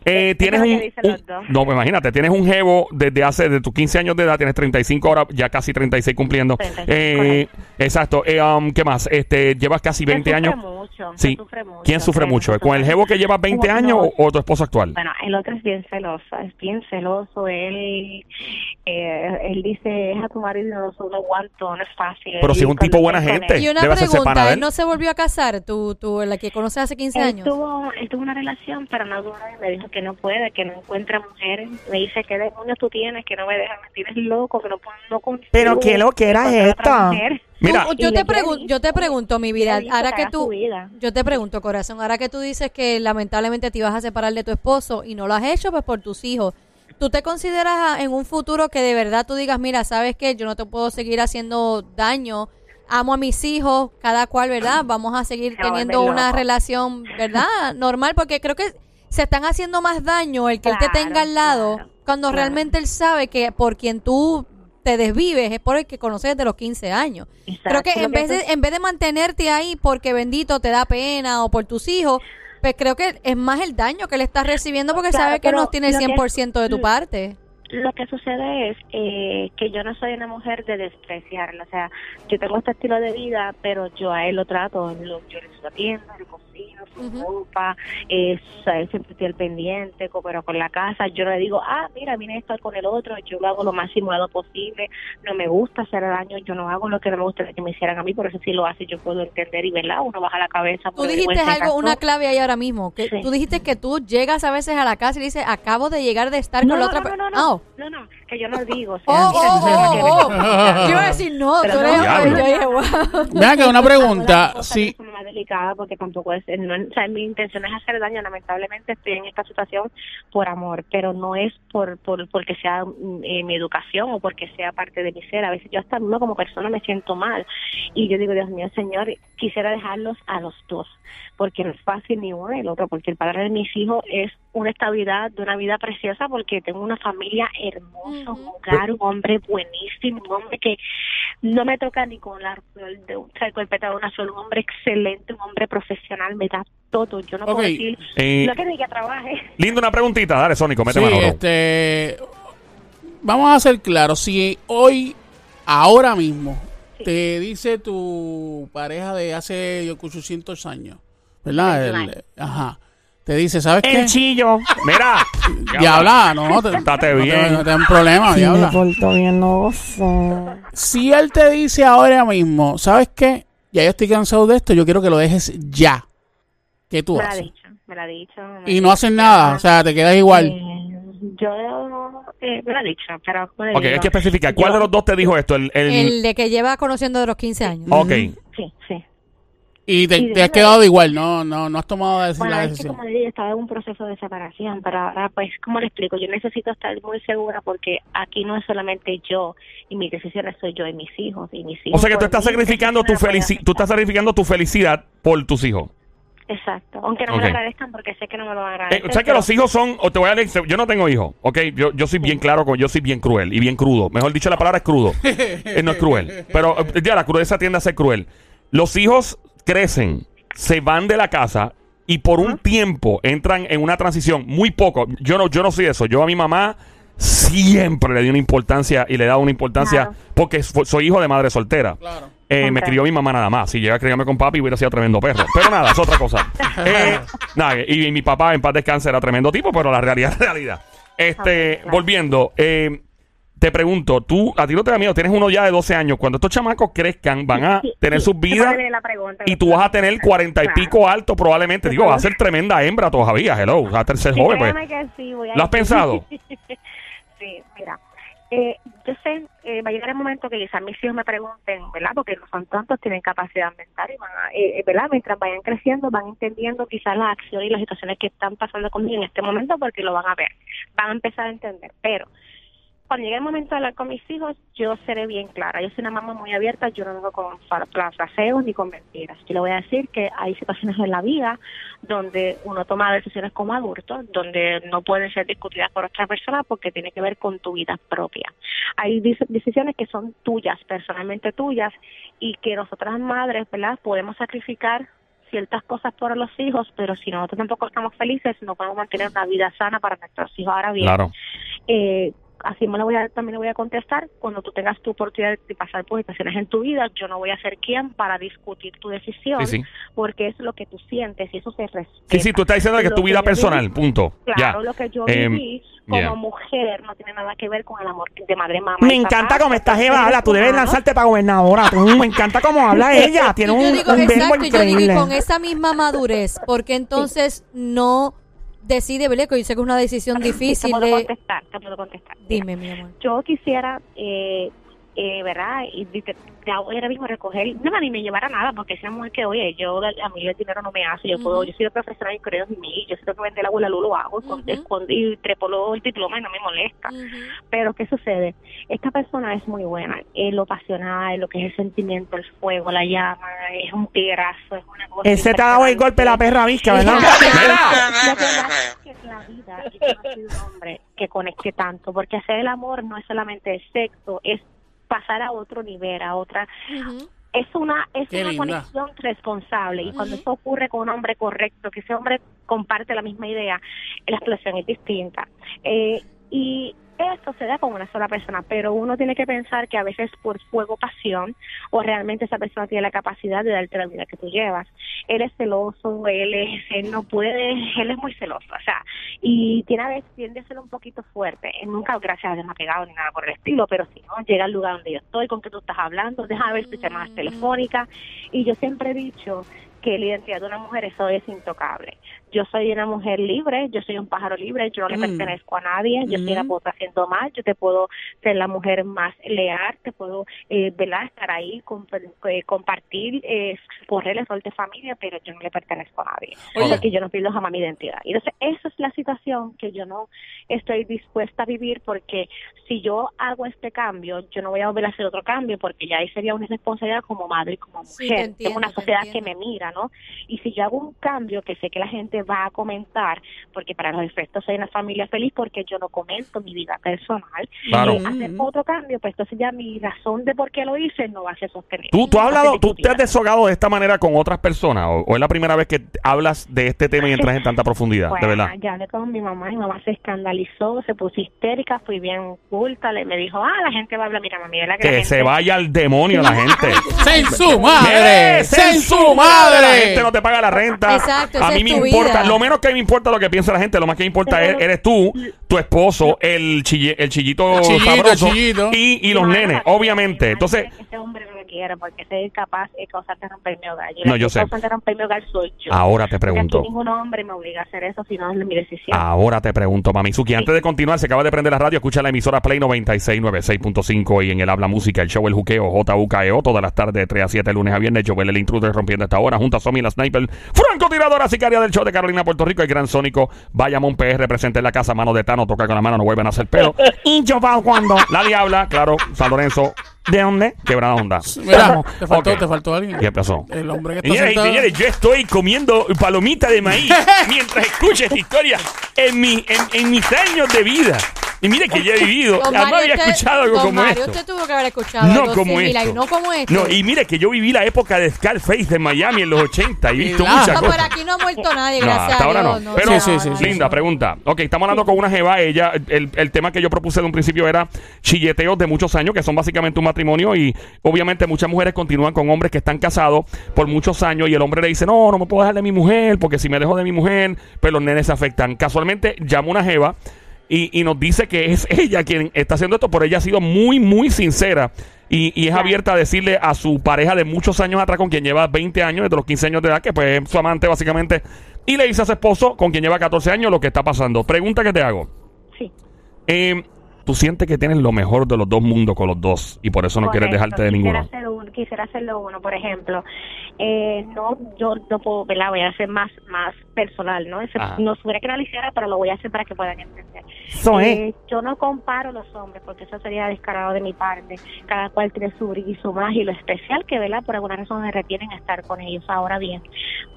Speaker 1: eh, tienes
Speaker 5: lo que
Speaker 1: un,
Speaker 5: dicen
Speaker 1: un-
Speaker 5: los dos.
Speaker 1: No, pues imagínate, tienes un jevo desde hace de tus 15 años de edad, tienes 35 ahora, ya casi 36 cumpliendo.
Speaker 5: 36,
Speaker 1: Eh, exacto. Eh, um, ¿Qué más? Este, llevas casi 20
Speaker 5: Se sufre
Speaker 1: años.
Speaker 5: mucho, se
Speaker 1: sí.
Speaker 5: sufre mucho,
Speaker 1: ¿Quién sufre
Speaker 5: se
Speaker 1: mucho?
Speaker 5: sufre
Speaker 1: ¿Con el jevo que llevas 20
Speaker 5: Como-
Speaker 1: años
Speaker 5: no.
Speaker 1: o, o tu esposo actual?
Speaker 5: Bueno, el otro es bien celoso, es bien celoso. Él, eh, él dice, es a tu marido, y no solo aguanto, no es fácil.
Speaker 1: Pero si es un
Speaker 5: con-
Speaker 1: tipo buena
Speaker 5: con
Speaker 1: gente.
Speaker 5: él.
Speaker 3: Y una
Speaker 1: Debe ¿eh? ser separada de
Speaker 3: pregunta,
Speaker 1: él.
Speaker 3: ¿él no se volvió a casar? ¿Tú, tú la que conoces hace 15
Speaker 5: Él
Speaker 3: años?
Speaker 5: tuvo, él tuvo una relación, pero no duró y me dijo que no puede, que no encuentra mujeres. Me dice, ¿qué demonios tú tienes? Que no me dejas, me tienes loco, que no puedo, no consigo
Speaker 4: Pero qué loquera es
Speaker 5: encontrar otra
Speaker 4: esta.
Speaker 5: mujer".
Speaker 3: Tú-
Speaker 1: Mira,
Speaker 3: yo
Speaker 5: Y
Speaker 3: te,
Speaker 5: lo que él
Speaker 3: pregun-
Speaker 5: hizo,
Speaker 3: yo te pregunto, mi vida,
Speaker 5: él hizo
Speaker 3: ahora
Speaker 5: que
Speaker 3: que
Speaker 5: haga
Speaker 3: tú,
Speaker 5: su vida.
Speaker 3: yo te pregunto, corazón, ahora que tú dices que lamentablemente te ibas a separar de tu esposo y no lo has hecho, pues por tus hijos, ¿tú te consideras a- en un futuro que de verdad tú digas, mira, sabes que yo no te puedo seguir haciendo daño, amo a mis hijos, cada cual, ¿verdad? Vamos a seguir
Speaker 5: Se va a
Speaker 3: teniendo
Speaker 5: volver
Speaker 3: una
Speaker 5: loco.
Speaker 3: relación, ¿verdad? Normal, porque creo que se están haciendo más daño el que él te
Speaker 5: Claro,
Speaker 3: tenga al lado
Speaker 5: claro,
Speaker 3: cuando
Speaker 5: claro.
Speaker 3: realmente él sabe que por quien tú te desvives es por el que conoces desde los 15 años. Creo
Speaker 5: Exacto,
Speaker 3: que
Speaker 5: lo
Speaker 3: en
Speaker 5: que
Speaker 3: vez
Speaker 5: tú-
Speaker 3: de, en vez de mantenerte ahí porque bendito te da pena o por tus hijos, pues creo que es más el daño que le estás recibiendo porque
Speaker 5: Claro,
Speaker 3: sabe que
Speaker 5: pero
Speaker 3: no tiene el
Speaker 5: lo que-
Speaker 3: 100% de tu
Speaker 5: Mm.
Speaker 3: parte.
Speaker 5: lo que sucede es eh, que yo no soy una mujer de despreciarlo. O sea, yo tengo este estilo de vida, pero yo a él lo trato, lo- yo le atiendo, le cocino, su ropa, eh, sa- siempre estoy al pendiente, coopero con la casa. Yo no le digo, ah, mira, vine a estar con el otro, yo lo hago lo más simulado posible, no me gusta hacer daño, yo no hago lo que no me gustaría que me hicieran a mí, por eso si lo hace yo puedo entender y verla, uno baja la cabeza.
Speaker 3: Tú
Speaker 5: por
Speaker 3: dijiste algo, una clave ahí ahora mismo. Que
Speaker 5: este Sí.
Speaker 3: Tú dijiste que tú llegas a veces a la casa y dices, acabo de llegar de estar
Speaker 5: No,
Speaker 3: con
Speaker 5: no,
Speaker 3: la otra
Speaker 5: no,
Speaker 3: persona.
Speaker 5: no,
Speaker 3: Ah,
Speaker 5: no,
Speaker 3: oh.
Speaker 5: no, no, que yo no digo. o sea,
Speaker 3: Oh,
Speaker 5: mira, tú sabes
Speaker 3: oh,
Speaker 5: que-
Speaker 3: oh, oh. Yo iba a decir, no,
Speaker 5: Pero
Speaker 3: tú
Speaker 5: no,
Speaker 3: eres-
Speaker 1: diablo.
Speaker 3: Yo dije, wow.
Speaker 2: Vean que una pregunta,
Speaker 5: Cosa que
Speaker 2: si,
Speaker 5: es como más delicada porque tampoco es, no, o sea, mi intención es hacer daño, lamentablemente estoy en esta situación por amor, pero no es por, por porque sea mm, eh, mi educación o porque sea parte de mi ser, a veces yo hasta uno como persona me siento mal y yo digo, Dios mío, Señor, quisiera dejarlos a los dos, porque no es fácil ni uno ni el otro, porque el padre de mis hijos es una estabilidad de una vida preciosa porque tengo una familia hermosa, un
Speaker 3: Ujú.
Speaker 5: hogar, un hombre buenísimo, un hombre que no me toca ni con la el de un saco de una sola, un hombre excelente, un hombre profesional, me da todo. Yo no
Speaker 2: Ok.
Speaker 5: puedo decir,
Speaker 1: Eh,
Speaker 5: no que ni que trabaje.
Speaker 1: Lindo, una preguntita. Dale, Sónico, mete
Speaker 2: sí,
Speaker 1: mano. bro.
Speaker 2: este, vamos a ser claros, si hoy, ahora mismo,
Speaker 5: Sí.
Speaker 2: te dice tu pareja de hace yo, 800 años, ¿verdad? El-
Speaker 5: Claro.
Speaker 2: ajá. Te dice, ¿sabes
Speaker 4: El
Speaker 2: qué?
Speaker 4: chillo.
Speaker 2: [LAUGHS]
Speaker 1: Mira.
Speaker 2: Diabla, no, te,
Speaker 1: [LAUGHS] Estate
Speaker 2: no te-
Speaker 1: bien.
Speaker 2: no te den problema,
Speaker 4: Si me
Speaker 2: diabla.
Speaker 4: porto bien, no sé.
Speaker 2: Si él te dice ahora mismo, ¿sabes qué? Ya yo estoy cansado de esto, yo quiero que lo dejes ya. ¿Qué tú
Speaker 5: Me la ha
Speaker 2: haces?
Speaker 5: dicho, me la ha dicho. me
Speaker 2: Y
Speaker 5: la
Speaker 2: no
Speaker 5: ha
Speaker 2: haces
Speaker 5: dicho.
Speaker 2: nada, o sea, te quedas igual.
Speaker 5: Eh, yo eh, me la ha dicho, pero como le
Speaker 1: Ok,
Speaker 5: digo,
Speaker 1: hay que especificar. ¿Cuál
Speaker 5: yo-
Speaker 1: de los dos te dijo esto? El, el...
Speaker 3: El de que lleva conociendo de los 15 años.
Speaker 1: Ok.
Speaker 5: Sí, sí.
Speaker 2: Y te,
Speaker 5: y
Speaker 2: te has
Speaker 5: déjame-
Speaker 2: quedado igual, no, no, no has tomado la, deci-
Speaker 5: Bueno,
Speaker 2: la
Speaker 5: es que
Speaker 2: decisión.
Speaker 5: como le dije, estaba en un proceso de separación, pero ahora, pues, ¿cómo le explico? Yo necesito estar muy segura porque aquí no es solamente yo y mis decisiones, soy yo y mis hijos y mis
Speaker 1: O
Speaker 5: hijos.
Speaker 1: sea que tú
Speaker 5: por
Speaker 1: estás
Speaker 5: mí,
Speaker 1: sacrificando tu
Speaker 5: eso no me puede
Speaker 1: felicidad. Tú
Speaker 5: afectar.
Speaker 1: estás sacrificando tu felicidad por tus hijos.
Speaker 5: Exacto, aunque no me
Speaker 1: Ok.
Speaker 5: lo agradezcan porque sé que no me lo van a
Speaker 1: Eh,
Speaker 5: agradecer.
Speaker 1: o sea que
Speaker 5: pero-
Speaker 1: los hijos son. o te voy a decir, yo no tengo hijos, ¿ok? Yo, yo soy bien claro con. Yo soy bien cruel y bien crudo. Mejor dicho, la palabra es crudo. Eh, no es cruel. Pero eh, ya la crudeza tiende a ser cruel. Los hijos crecen, se van de la casa y por un tiempo entran en una transición muy poco. Yo no, yo no soy eso. Yo a mi mamá siempre le di una importancia y le he dado una importancia
Speaker 5: Claro.
Speaker 1: porque so- soy hijo de madre soltera.
Speaker 2: Claro.
Speaker 1: Eh, me
Speaker 5: Comprendo.
Speaker 1: crió mi mamá nada más. Si llega a criarme con papi, hubiera sido tremendo perro. Pero nada, es otra
Speaker 5: [LAUGHS]
Speaker 1: cosa. Eh, nada, y, y mi papá, en paz descanse, era tremendo tipo, pero la realidad es realidad. Este,
Speaker 5: Ah, claro.
Speaker 1: volviendo, eh, te pregunto, tú, a ti no te da miedo, tienes uno ya de 12 años. Cuando estos chamacos crezcan, van a
Speaker 5: Sí,
Speaker 1: tener
Speaker 5: sí,
Speaker 1: sus vidas
Speaker 5: esa es la pregunta.
Speaker 1: y tú vas a tener 40 y
Speaker 5: Claro.
Speaker 1: pico alto probablemente. Digo, va a ser tremenda hembra todavía, hello. Va a ser- ser
Speaker 5: Sí,
Speaker 1: joven, pues.
Speaker 5: créeme que sí, voy a
Speaker 1: ¿Lo has pensado?
Speaker 5: [LAUGHS] Sí, mira. Eh, yo sé, eh, va a llegar el momento que quizás mis hijos me pregunten, ¿verdad? Porque no son tontos, tienen capacidad mental y van, a- eh, eh, ¿verdad? Mientras vayan creciendo, van entendiendo quizás las acciones y las situaciones que están pasando conmigo en este momento porque lo van a ver, van a empezar a entender. Pero cuando llegue el momento de hablar con mis hijos, yo seré bien clara. Yo soy una mamá muy abierta, yo no vengo con fra- fra- fraseos ni con mentiras. Yo le voy a decir que hay situaciones en la vida donde uno toma decisiones como adulto, donde no pueden ser discutidas por otra persona porque tiene que ver con tu vida propia. Hay dis- decisiones que son tuyas, personalmente tuyas, y que nosotras madres, ¿verdad?, podemos sacrificar ciertas cosas por los hijos, pero si nosotros tampoco estamos felices, no podemos mantener una vida sana para nuestros hijos. Ahora bien,
Speaker 1: Claro.
Speaker 5: eh, así me lo voy a, también le voy a contestar, cuando tú tengas tu oportunidad de pasar por situaciones en tu vida, yo no voy a ser quien para discutir tu decisión,
Speaker 1: Sí, sí.
Speaker 5: porque es lo que tú sientes y eso se respeta.
Speaker 1: Sí, sí, tú estás diciendo que es
Speaker 5: Lo
Speaker 1: tu
Speaker 5: que
Speaker 1: vida
Speaker 5: yo viví-
Speaker 1: personal, punto. ya.
Speaker 5: Claro, lo que yo
Speaker 1: Em,
Speaker 5: viví como
Speaker 1: yeah.
Speaker 5: mujer no tiene nada que ver con el amor de madre, mamá.
Speaker 4: Me
Speaker 5: y papá,
Speaker 4: encanta cómo esta
Speaker 5: porque
Speaker 4: jeva
Speaker 5: eres
Speaker 4: habla. Tú debes
Speaker 5: humano.
Speaker 4: lanzarte para gobernadora. tú. Me encanta cómo
Speaker 3: [LAUGHS]
Speaker 4: habla ella. Tiene
Speaker 3: Y
Speaker 4: un,
Speaker 3: yo digo,
Speaker 4: un verbo
Speaker 3: exacto, y yo digo, y
Speaker 4: increíble.
Speaker 3: con esa misma madurez, porque entonces no decide, ¿verdad? Que yo sé que es una decisión
Speaker 5: Te
Speaker 3: difícil
Speaker 5: puedo
Speaker 3: de...
Speaker 5: contestar, te puedo contestar.
Speaker 3: Dime, mi amor.
Speaker 5: Yo quisiera, eh, eh, ¿verdad? Y de- de- de ahora mismo recoger, no, ni me llevara nada, porque es una mujer que, oye, yo, a mí el dinero no me hace, yo puedo,
Speaker 3: Ujú.
Speaker 5: yo soy profesional y creo en mí, yo siento que vender la abuela Lulu, lo hago, con-
Speaker 3: Ujú.
Speaker 5: escondo- y trepolo el diploma y no me molesta.
Speaker 3: Ujú.
Speaker 5: Pero, ¿qué sucede? Esta persona es muy buena. Es lo pasional, lo que es el sentimiento, el fuego, la llama, es un tirazo, es una cosa.
Speaker 4: Ese te ha dado el golpe la
Speaker 5: impresionante.
Speaker 4: perra
Speaker 3: [LAUGHS]
Speaker 4: visca, ¿verdad?
Speaker 1: Mira.
Speaker 5: Lo que pasa es que en la vida yo no soy un hombre que conecte tanto, porque hacer el amor no es solamente el sexo, es pasar a otro nivel, a otra.
Speaker 3: Ujú.
Speaker 1: Ah,
Speaker 5: Es una, es
Speaker 2: Qué
Speaker 5: una
Speaker 2: linda.
Speaker 5: conexión responsable y cuando
Speaker 3: Ujú.
Speaker 5: eso ocurre con un hombre correcto, que ese hombre comparte la misma idea, la situación es distinta. Eh, y esto se da con una sola persona, pero uno tiene que pensar que a veces por fuego, pasión, o realmente esa persona tiene la capacidad de darte la vida que tú llevas. Él es celoso, él, es, él no puede, él es muy celoso, o sea, y tiene a veces, tiende a ser un poquito fuerte. Él nunca, gracias a Dios, me ha pegado ni nada por el estilo, pero si no, llega al lugar donde yo estoy, con que tú estás hablando, deja ver tus llamadas telefónicas, y yo siempre he dicho que la identidad de una mujer eso es intocable. Yo soy una mujer libre, yo soy un pájaro libre, yo no le
Speaker 2: Mm.
Speaker 5: pertenezco a nadie, yo soy una
Speaker 2: Mm.
Speaker 5: puedo estar haciendo mal, yo te puedo ser la mujer más leal, te puedo eh, velar, estar ahí, comp- eh, compartir, eh, correr el rol de familia, pero yo no le pertenezco a nadie,
Speaker 2: Oye.
Speaker 5: porque yo no pierdo jamás mi identidad. Y Entonces, esa es la situación que yo no estoy dispuesta a vivir porque si yo hago este cambio, yo no voy a volver a hacer otro cambio porque ya ahí sería una responsabilidad como madre y como mujer.
Speaker 3: Sí, te entiendo,
Speaker 5: Tengo una
Speaker 3: te
Speaker 5: sociedad que me
Speaker 3: entiendo.
Speaker 5: mira, ¿no? Y si yo hago un cambio que sé que la gente va a comentar, porque para los efectos soy una familia feliz porque yo no comento mi vida personal,
Speaker 1: Claro.
Speaker 5: y hacer otro cambio, pues entonces ya mi razón de por qué lo hice no va a ser sostenible.
Speaker 1: ¿Tú, tú has hablado, tú te has
Speaker 5: Discutida.
Speaker 1: desahogado de esta manera con otras personas o, o es la primera vez que hablas de este tema y entras en tanta profundidad, de
Speaker 5: Bueno,
Speaker 1: verdad.
Speaker 5: ya hablé con mi mamá, mi mamá se escandalizó, se puso histérica, fui bien culta, le me dijo, ah, la gente va a hablar, mira mami, ¿verdad la
Speaker 1: Que
Speaker 5: gente-
Speaker 1: se vaya al demonio la gente.
Speaker 2: ¡Sen su
Speaker 1: ¡Ese
Speaker 2: madre!
Speaker 1: es
Speaker 2: ¡Sen su
Speaker 1: su madre! La
Speaker 2: madre!
Speaker 1: gente no te paga la renta.
Speaker 3: Exacto,
Speaker 1: a
Speaker 3: esa
Speaker 1: mí
Speaker 3: es
Speaker 1: me
Speaker 3: tu
Speaker 1: importa,
Speaker 3: vida.
Speaker 1: lo menos que me importa lo que piensa la gente, lo más que me importa es,
Speaker 5: Pero-
Speaker 1: eres tú, tu esposo, el, chille- el chillito,
Speaker 2: El chillito,
Speaker 1: sabroso
Speaker 2: el chillito.
Speaker 1: Y, y los
Speaker 5: Mi mamá
Speaker 1: nenes,
Speaker 5: no la
Speaker 1: obviamente.
Speaker 5: quiere, mi mamá
Speaker 1: Entonces,
Speaker 5: quiere que Ese este hombre no lo quiera porque ese es capaz de causarte romper mi hogar.
Speaker 1: No,
Speaker 5: la
Speaker 1: yo
Speaker 5: que
Speaker 1: sé.
Speaker 5: causante romper mi hogar soy yo.
Speaker 1: ahora te
Speaker 5: Porque
Speaker 1: pregunto.
Speaker 5: aquí ningún hombre me obliga a hacer eso, si no es mi decisión.
Speaker 1: Ahora te pregunto, Mamizuki, antes de continuar, se acaba de prender la radio, escucha la emisora Play 96.96.5 y en el Habla Música, el show El Juqueo, JUKEO, E todas las tardes de 3 a 7, lunes a viernes, Joel el Intruder rompiendo esta hora, junto a Somi, la Sniper, francotiradora sicaria del show de Carolina, Puerto Rico, el gran sónico, Bayamón PR, presente en la casa, mano de Tano, toca con la mano, no vuelven a hacer pelo.
Speaker 4: Y yo va cuando.
Speaker 1: La Diabla, claro, San Lorenzo,
Speaker 4: ¿De dónde?
Speaker 1: quebrada onda.
Speaker 2: Mira, te faltó,
Speaker 1: Ok.
Speaker 2: te faltó alguien.
Speaker 1: ¿Qué pasó?
Speaker 2: El hombre que está
Speaker 1: Señores y
Speaker 2: sentado.
Speaker 1: señores, yo estoy comiendo palomita de maíz
Speaker 3: [LAUGHS]
Speaker 1: mientras escucho esta historia en, mi, en, en mis años de vida. Y mire que ya he vivido, jamás
Speaker 3: Don Mario,
Speaker 1: había
Speaker 3: usted-
Speaker 1: escuchado algo
Speaker 3: don
Speaker 1: como
Speaker 3: Mario,
Speaker 1: esto.
Speaker 3: usted tuvo que haber escuchado
Speaker 1: No
Speaker 3: algo
Speaker 1: como
Speaker 3: similar,
Speaker 1: esto.
Speaker 3: y no como esto.
Speaker 1: No, y mire que yo viví la época de Scarface de Miami en los 80 y he visto
Speaker 2: Relaja.
Speaker 1: muchas
Speaker 3: No, por
Speaker 1: cosas.
Speaker 3: aquí no ha muerto nadie,
Speaker 1: No,
Speaker 3: gracias
Speaker 1: hasta
Speaker 3: a
Speaker 1: ahora
Speaker 3: Dios.
Speaker 1: no. Pero,
Speaker 2: Sí, sí, sí, sí.
Speaker 1: Linda, pregunta. Ok, estamos hablando con una jeva. Ella, el, el tema que yo propuse de un principio era chilleteos de muchos años, que son básicamente un matrimonio. Y obviamente muchas mujeres continúan con hombres que están casados por muchos años. Y el hombre le dice, no, no me puedo dejar de mi mujer, porque si me dejo de mi mujer, pues los nenes se afectan. Casualmente llama una jeva. Y, y nos dice que es [LAUGHS] ella quien está haciendo esto, pero ella ha sido muy, muy sincera y, y es abierta a decirle a su pareja de muchos años atrás, con quien lleva 20 años, desde los 15 años de edad, que pues es su amante básicamente, y le dice a su esposo, con quien lleva 14 años, lo que está pasando. Pregunta que te hago.
Speaker 5: Sí.
Speaker 1: Eh, Tú sientes que tienes lo mejor de los dos mundos con los dos y por eso no quieres
Speaker 5: Correcto,
Speaker 1: dejarte de
Speaker 5: quisiera
Speaker 1: ninguno.
Speaker 5: hacer un- quisiera hacerlo uno, por ejemplo. Eh, no, yo no puedo, ¿verdad? Voy a hacer más, más personal, ¿no? Ese-
Speaker 1: Ajá.
Speaker 5: no supiera que lo hiciera, pero lo voy a hacer para que puedan entender.
Speaker 4: Eso es.
Speaker 5: Eh, yo no comparo los hombres porque eso sería descarado de mi parte. Cada cual tiene su brillo y su magia y lo especial que, ¿verdad? Por alguna razón me retienen a estar con ellos. Ahora bien,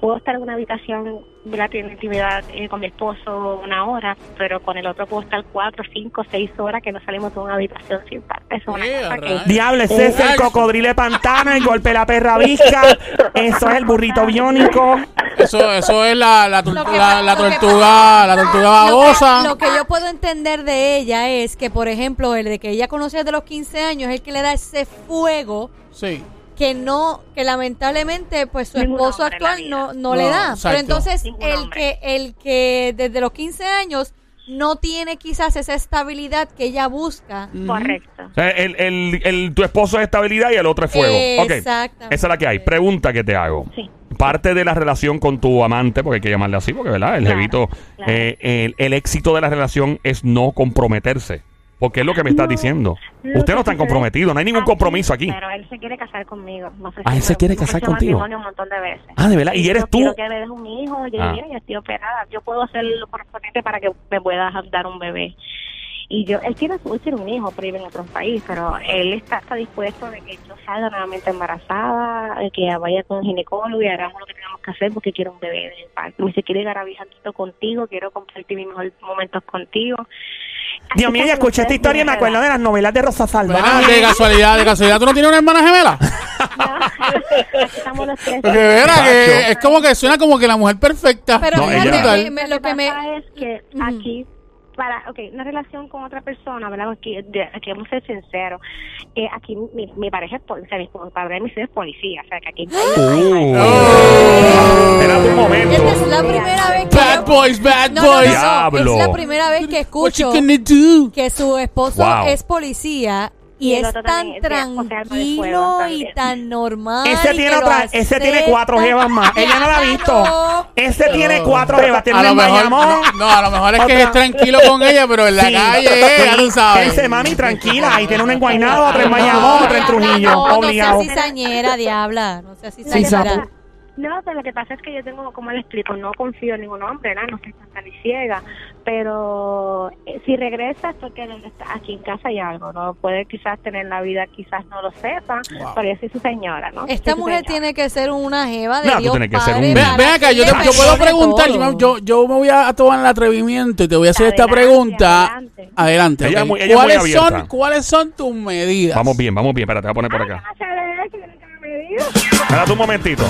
Speaker 5: puedo estar en una habitación, ¿verdad? Tiene intimidad eh, con mi esposo una hora, pero con el otro puedo estar cuatro, cinco, seis horas que no salimos de una habitación sin parte. Eso es una
Speaker 2: Yeah,
Speaker 5: cosa que-
Speaker 2: right.
Speaker 4: Diablo, ese es el
Speaker 2: Exacto.
Speaker 4: cocodrilo de pantano, el golpe de la perra visca. Eso es el burrito biónico.
Speaker 2: Eso, eso es la, la, tor-
Speaker 3: Lo que-
Speaker 2: la, la
Speaker 3: lo que
Speaker 2: tortuga, la tortuga babosa.
Speaker 3: Ah, Lo que, lo que yo puedo entender de ella es que, por ejemplo, el de que ella conoce desde los 15 años es el que le da ese fuego
Speaker 2: Sí.
Speaker 3: que no, que lamentablemente, pues su
Speaker 5: Ningún
Speaker 3: esposo
Speaker 5: hombre en la
Speaker 3: actual no, no,
Speaker 2: No,
Speaker 3: le da.
Speaker 2: exacto.
Speaker 3: Pero entonces
Speaker 5: Ningún
Speaker 3: el
Speaker 5: hombre.
Speaker 3: que, el que desde los 15 años no tiene quizás esa estabilidad que ella busca.
Speaker 5: Correcto.
Speaker 1: O sea, el, el- el- tu esposo es estabilidad y el otro es fuego. Ok. Esa
Speaker 3: Exactamente.
Speaker 1: es la que hay. Pregunta que te hago.
Speaker 5: Sí.
Speaker 1: Parte de la relación con tu amante, porque hay que llamarle así, porque, ¿verdad? El
Speaker 5: Claro,
Speaker 1: jevito,
Speaker 5: claro.
Speaker 1: eh, el, el éxito de la relación es no comprometerse. Porque es lo que me estás
Speaker 5: No,
Speaker 1: diciendo.
Speaker 5: Lo
Speaker 1: Ustedes
Speaker 5: que
Speaker 1: no están
Speaker 5: sucede-
Speaker 1: comprometidos, no hay ningún
Speaker 5: Ah,
Speaker 1: compromiso
Speaker 5: sí,
Speaker 1: aquí.
Speaker 5: Pero él se quiere casar conmigo. Me ofreció-
Speaker 1: Ah, él se quiere
Speaker 5: me
Speaker 1: casar
Speaker 5: ofreció
Speaker 1: contigo.
Speaker 5: matrimonio Un montón de veces.
Speaker 1: Ah, de verdad. Y eres
Speaker 5: yo
Speaker 1: tú.
Speaker 5: Quiero que me des un hijo. Yo
Speaker 1: Ah.
Speaker 5: mira, yo estoy operada. Yo puedo hacer lo correspondiente para que me puedas dar un bebé. Y yo, él quiere, él quiere un hijo, pero vive en otro país, pero él está, está dispuesto de que yo salga nuevamente embarazada, de que vaya con un ginecólogo y hagamos lo que tengamos que hacer porque quiero un bebé de parto. Me dice, quiero llegar a viajando contigo, quiero compartir mis mejores momentos contigo. Así
Speaker 4: Dios mío,
Speaker 5: que
Speaker 4: yo escuché esta
Speaker 5: ustedes
Speaker 4: historia y me
Speaker 5: tienen
Speaker 4: acuerdo de
Speaker 5: edad.
Speaker 4: las novelas de Rosa
Speaker 2: Mira, de
Speaker 4: Salvaje.
Speaker 2: casualidad, de casualidad, ¿tú no tienes una hermana gemela?
Speaker 5: [LAUGHS] No, aquí estamos los tres.
Speaker 2: Porque verá
Speaker 1: Chacho.
Speaker 2: que es como que suena como que la mujer perfecta.
Speaker 3: Pero
Speaker 1: No,
Speaker 3: fíjate,
Speaker 1: ella-
Speaker 3: me- me- lo que me...
Speaker 5: pasa es que
Speaker 3: Ujú.
Speaker 5: aquí para, ok, una relación con otra persona, ¿verdad? Aquí, de- aquí vamos a ser sinceros. Eh, aquí mi, mi pareja es policía, o sea, mi padre de mis hijos es policía, o sea, que aquí...
Speaker 3: [GASPS]
Speaker 1: Uh. Espérate un
Speaker 3: Esta es
Speaker 1: momento.
Speaker 3: la primera vez que.
Speaker 2: Bad boys, bad
Speaker 3: No, no, no, no,
Speaker 2: boys.
Speaker 1: Diablo.
Speaker 3: Es la primera vez que
Speaker 2: What you
Speaker 3: escucho
Speaker 2: gonna do?
Speaker 3: que su esposo
Speaker 1: Wow.
Speaker 3: es policía y,
Speaker 5: Y el
Speaker 3: es
Speaker 5: otro
Speaker 3: tan
Speaker 5: también es de- o sea, algo de
Speaker 3: tranquilo
Speaker 5: fuego
Speaker 3: y
Speaker 5: también.
Speaker 3: tan normal.
Speaker 4: Ese
Speaker 3: y
Speaker 4: tiene
Speaker 3: que lo
Speaker 4: otra, ese tiene cuatro
Speaker 3: acepta.
Speaker 4: jevas más. Ella no la ha
Speaker 3: Claro.
Speaker 4: visto. Ese tiene cuatro jevas. Tiene
Speaker 2: A
Speaker 4: una
Speaker 2: lo
Speaker 4: en
Speaker 2: mejor,
Speaker 4: Bayamón.
Speaker 2: no, no, a lo mejor es que
Speaker 4: Otra.
Speaker 2: es tranquilo con ella, pero en la
Speaker 4: Sí.
Speaker 2: calle, eh, ya tú
Speaker 4: Él
Speaker 2: sabes.
Speaker 4: dice, mami, tranquila. Ahí tiene una en Guaynabo, otra en Bayamón, otra en Trujillo.
Speaker 3: No,
Speaker 4: Obligado.
Speaker 3: No seas cizañera, diabla. No seas
Speaker 5: Lo que
Speaker 3: cizañera.
Speaker 5: pasa- No, pero lo que pasa es que yo tengo, como le explico, no confío en ningún hombre, ¿verdad? No soy santa ni ciega, pero eh, si regresas, porque en- aquí en casa hay algo, ¿no? Puede quizás tener la vida, quizás no lo sepa, pero yo soy su señora, ¿no? Soy
Speaker 3: Esta
Speaker 5: su
Speaker 3: mujer
Speaker 5: señora.
Speaker 3: tiene que ser una jeva de
Speaker 1: No, tú
Speaker 3: Dios
Speaker 1: tienes que ser
Speaker 3: Padre
Speaker 1: un-
Speaker 2: Ve-
Speaker 3: para
Speaker 2: Ven acá,
Speaker 3: que
Speaker 2: yo, te-
Speaker 3: le
Speaker 2: yo puedo
Speaker 3: perdone
Speaker 2: preguntar,
Speaker 3: todo.
Speaker 2: yo, yo, yo me voy a, a tomar el atrevimiento y te voy a hacer esta
Speaker 5: Adelante,
Speaker 2: pregunta.
Speaker 5: adelante.
Speaker 2: Adelante.
Speaker 1: Ella es
Speaker 2: ok.
Speaker 1: muy- ella es muy
Speaker 2: ¿Cuáles,
Speaker 1: abierta.
Speaker 2: son, ¿Cuáles son tus medidas?
Speaker 1: Vamos bien, vamos bien. Espérate, voy a poner por acá.
Speaker 5: Ah, se ve que nunca me he
Speaker 3: [LAUGHS]
Speaker 5: medido.
Speaker 1: Espérate un momentito.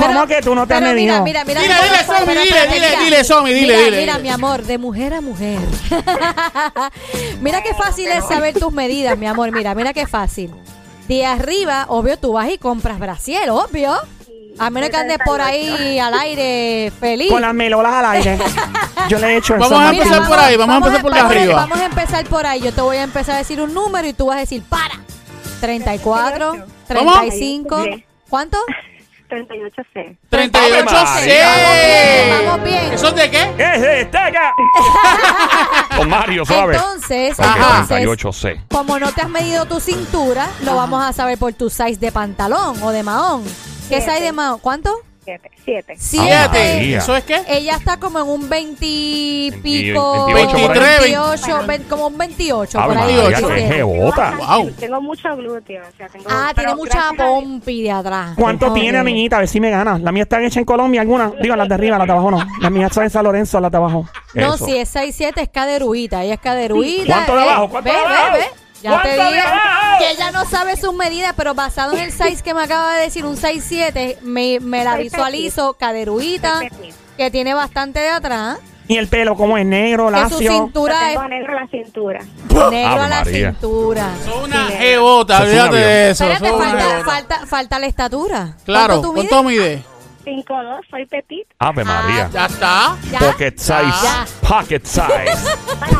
Speaker 4: ¿Cómo que tú no te has
Speaker 3: Pero
Speaker 4: medido?
Speaker 3: Mira, mira, mira.
Speaker 2: Dile, dile, Somi,
Speaker 3: Espera,
Speaker 2: dile,
Speaker 3: espera,
Speaker 2: dile,
Speaker 3: mira.
Speaker 2: dile, Somi, dile,
Speaker 3: Mira,
Speaker 2: dile,
Speaker 3: Mira,
Speaker 2: dile.
Speaker 3: mi amor, de mujer a mujer. [LAUGHS] mira qué fácil es saber tus medidas, mi amor. Mira, mira qué fácil. De arriba, obvio, tú vas y compras brasier, obvio. A menos que andes por ahí al aire feliz.
Speaker 4: Con las melolas al
Speaker 3: [LAUGHS]
Speaker 4: aire. Yo le he hecho eso.
Speaker 2: Vamos a
Speaker 4: mami.
Speaker 2: empezar por ahí, vamos a empezar por de
Speaker 3: vamos a-
Speaker 2: arriba.
Speaker 3: Vamos a empezar por ahí. Yo te voy a empezar a decir un número y tú vas a decir, para. 34,
Speaker 2: ¿Cómo?
Speaker 3: 35.
Speaker 5: Sí.
Speaker 3: ¿Cuánto?
Speaker 5: 38 C.
Speaker 2: 38
Speaker 1: Vamos
Speaker 2: C.
Speaker 1: bien,
Speaker 3: vamos bien.
Speaker 2: ¿Eso de qué?
Speaker 4: ¡Es este de estaca!
Speaker 1: Con Mario, suave.
Speaker 3: Entonces,
Speaker 1: Ok,
Speaker 2: Ajá.
Speaker 3: entonces,
Speaker 1: 38C.
Speaker 3: como no te has medido tu cintura, lo vamos a saber por tu size de pantalón o de mahón. ¿Qué
Speaker 5: Siete.
Speaker 3: size de mahón? ¿Cuánto?
Speaker 5: 7. 7.
Speaker 2: Siete.
Speaker 1: María.
Speaker 2: ¿Eso es qué?
Speaker 3: Ella está como en un 20 y pico,
Speaker 1: 28
Speaker 2: por ahí.
Speaker 3: 28, ve- como un 28
Speaker 1: Ave
Speaker 3: por ahí.
Speaker 1: María,
Speaker 2: ocho.
Speaker 1: qué
Speaker 3: Sí.
Speaker 1: jebota.
Speaker 2: Wow.
Speaker 5: Tengo mucho glúteo. O sea, tengo,
Speaker 3: Ah,
Speaker 5: pero
Speaker 3: tiene mucha
Speaker 5: gracias a Dios-
Speaker 3: pompi de atrás.
Speaker 4: ¿Cuánto
Speaker 3: Ok.
Speaker 4: tiene, niñita? A ver si me gana. La mía está hecha en Colombia, alguna. Digo, las de arriba, las de abajo no. Las mías son de San Lorenzo, las de abajo.
Speaker 3: No,
Speaker 1: Eso.
Speaker 3: si es 6'7 es caderuita, ella es caderuita.
Speaker 1: ¿Cuánto de
Speaker 3: eh.
Speaker 1: abajo? ¿Cuánto
Speaker 3: Ve,
Speaker 1: de
Speaker 3: ve,
Speaker 1: abajo?
Speaker 3: ve. Ya
Speaker 1: ¿Cuánto
Speaker 3: te
Speaker 1: de
Speaker 3: dije
Speaker 1: abajo?
Speaker 3: que ella no sabe sus medidas, pero basado en el 6 que me acaba de decir, un 6'7, me, me la
Speaker 5: Soy
Speaker 3: visualizo caderuita,
Speaker 5: Soy petit.
Speaker 3: que tiene bastante de atrás,
Speaker 4: Y el pelo, como es negro,
Speaker 3: que su
Speaker 4: lacio.
Speaker 5: Yo
Speaker 3: cintura es
Speaker 5: Tengo negro la cintura.
Speaker 3: negro a la
Speaker 1: María.
Speaker 3: cintura.
Speaker 2: Son una jebota,
Speaker 1: Eso es un
Speaker 2: olvídate
Speaker 1: avión.
Speaker 2: de eso.
Speaker 3: Espérate,
Speaker 2: son una
Speaker 3: falta,
Speaker 2: jebota.
Speaker 3: falta, falta la estatura.
Speaker 2: Claro,
Speaker 3: tú
Speaker 2: ¿cuánto
Speaker 3: mides?
Speaker 2: mide?
Speaker 5: 5'2, soy petit.
Speaker 1: Ave
Speaker 3: ah,
Speaker 1: María.
Speaker 2: Ya está.
Speaker 3: ¿Ya?
Speaker 1: Pocket size.
Speaker 3: Ya.
Speaker 1: Pocket
Speaker 3: [LAUGHS]
Speaker 1: size.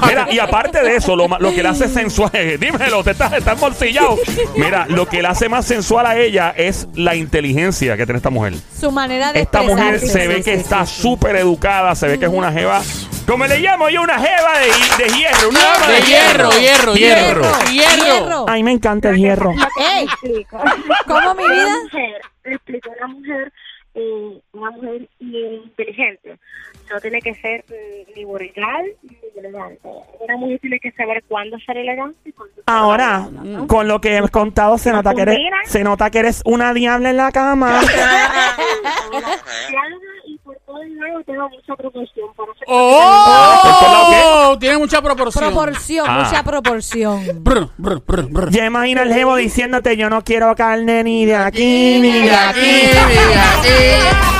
Speaker 1: Mira, y aparte de eso, lo, ma- lo que la hace sensual, [LAUGHS] dímelo, te estás, estás morcillado. Mira, lo que la hace más sensual a ella es la inteligencia que tiene esta mujer.
Speaker 3: Su manera de
Speaker 1: Esta mujer
Speaker 3: expresarse,
Speaker 1: se
Speaker 3: sí,
Speaker 1: ve
Speaker 3: sí,
Speaker 1: que
Speaker 3: sí,
Speaker 1: está
Speaker 3: sí.
Speaker 1: súper educada, se ve que es una jeva. Como le llamo yo, una jeva de, de hierro, una dama
Speaker 2: De Ah, hierro, hierro, hierro. Hierro.
Speaker 3: Hierro.
Speaker 4: Ay, me encanta el hierro.
Speaker 3: Ey,
Speaker 5: explico.
Speaker 3: ¿Cómo, mi vida?
Speaker 5: Una mujer, le explico, una mujer, eh, una mujer inteligente. No tiene que ser mm, ni vulgar ni elegante. Una mujer tiene que saber cuándo ser elegante y cuándo ser
Speaker 4: Ahora, con lo que he contado, se nota que eres, se nota que eres una diabla en
Speaker 3: [LAUGHS]
Speaker 4: la cama.
Speaker 5: elegante. Y por todo el lado tengo mucha proporción. Por eso
Speaker 2: ¡Oh! Tiene mucha proporción.
Speaker 3: Proporción,
Speaker 1: Ah.
Speaker 3: mucha proporción.
Speaker 2: Brr, brr, brr, brr.
Speaker 4: Ya imagina el jevo diciéndote, yo no quiero carne ni de aquí, ni
Speaker 2: Y
Speaker 4: de
Speaker 2: aquí,
Speaker 4: aquí.
Speaker 2: y aquí.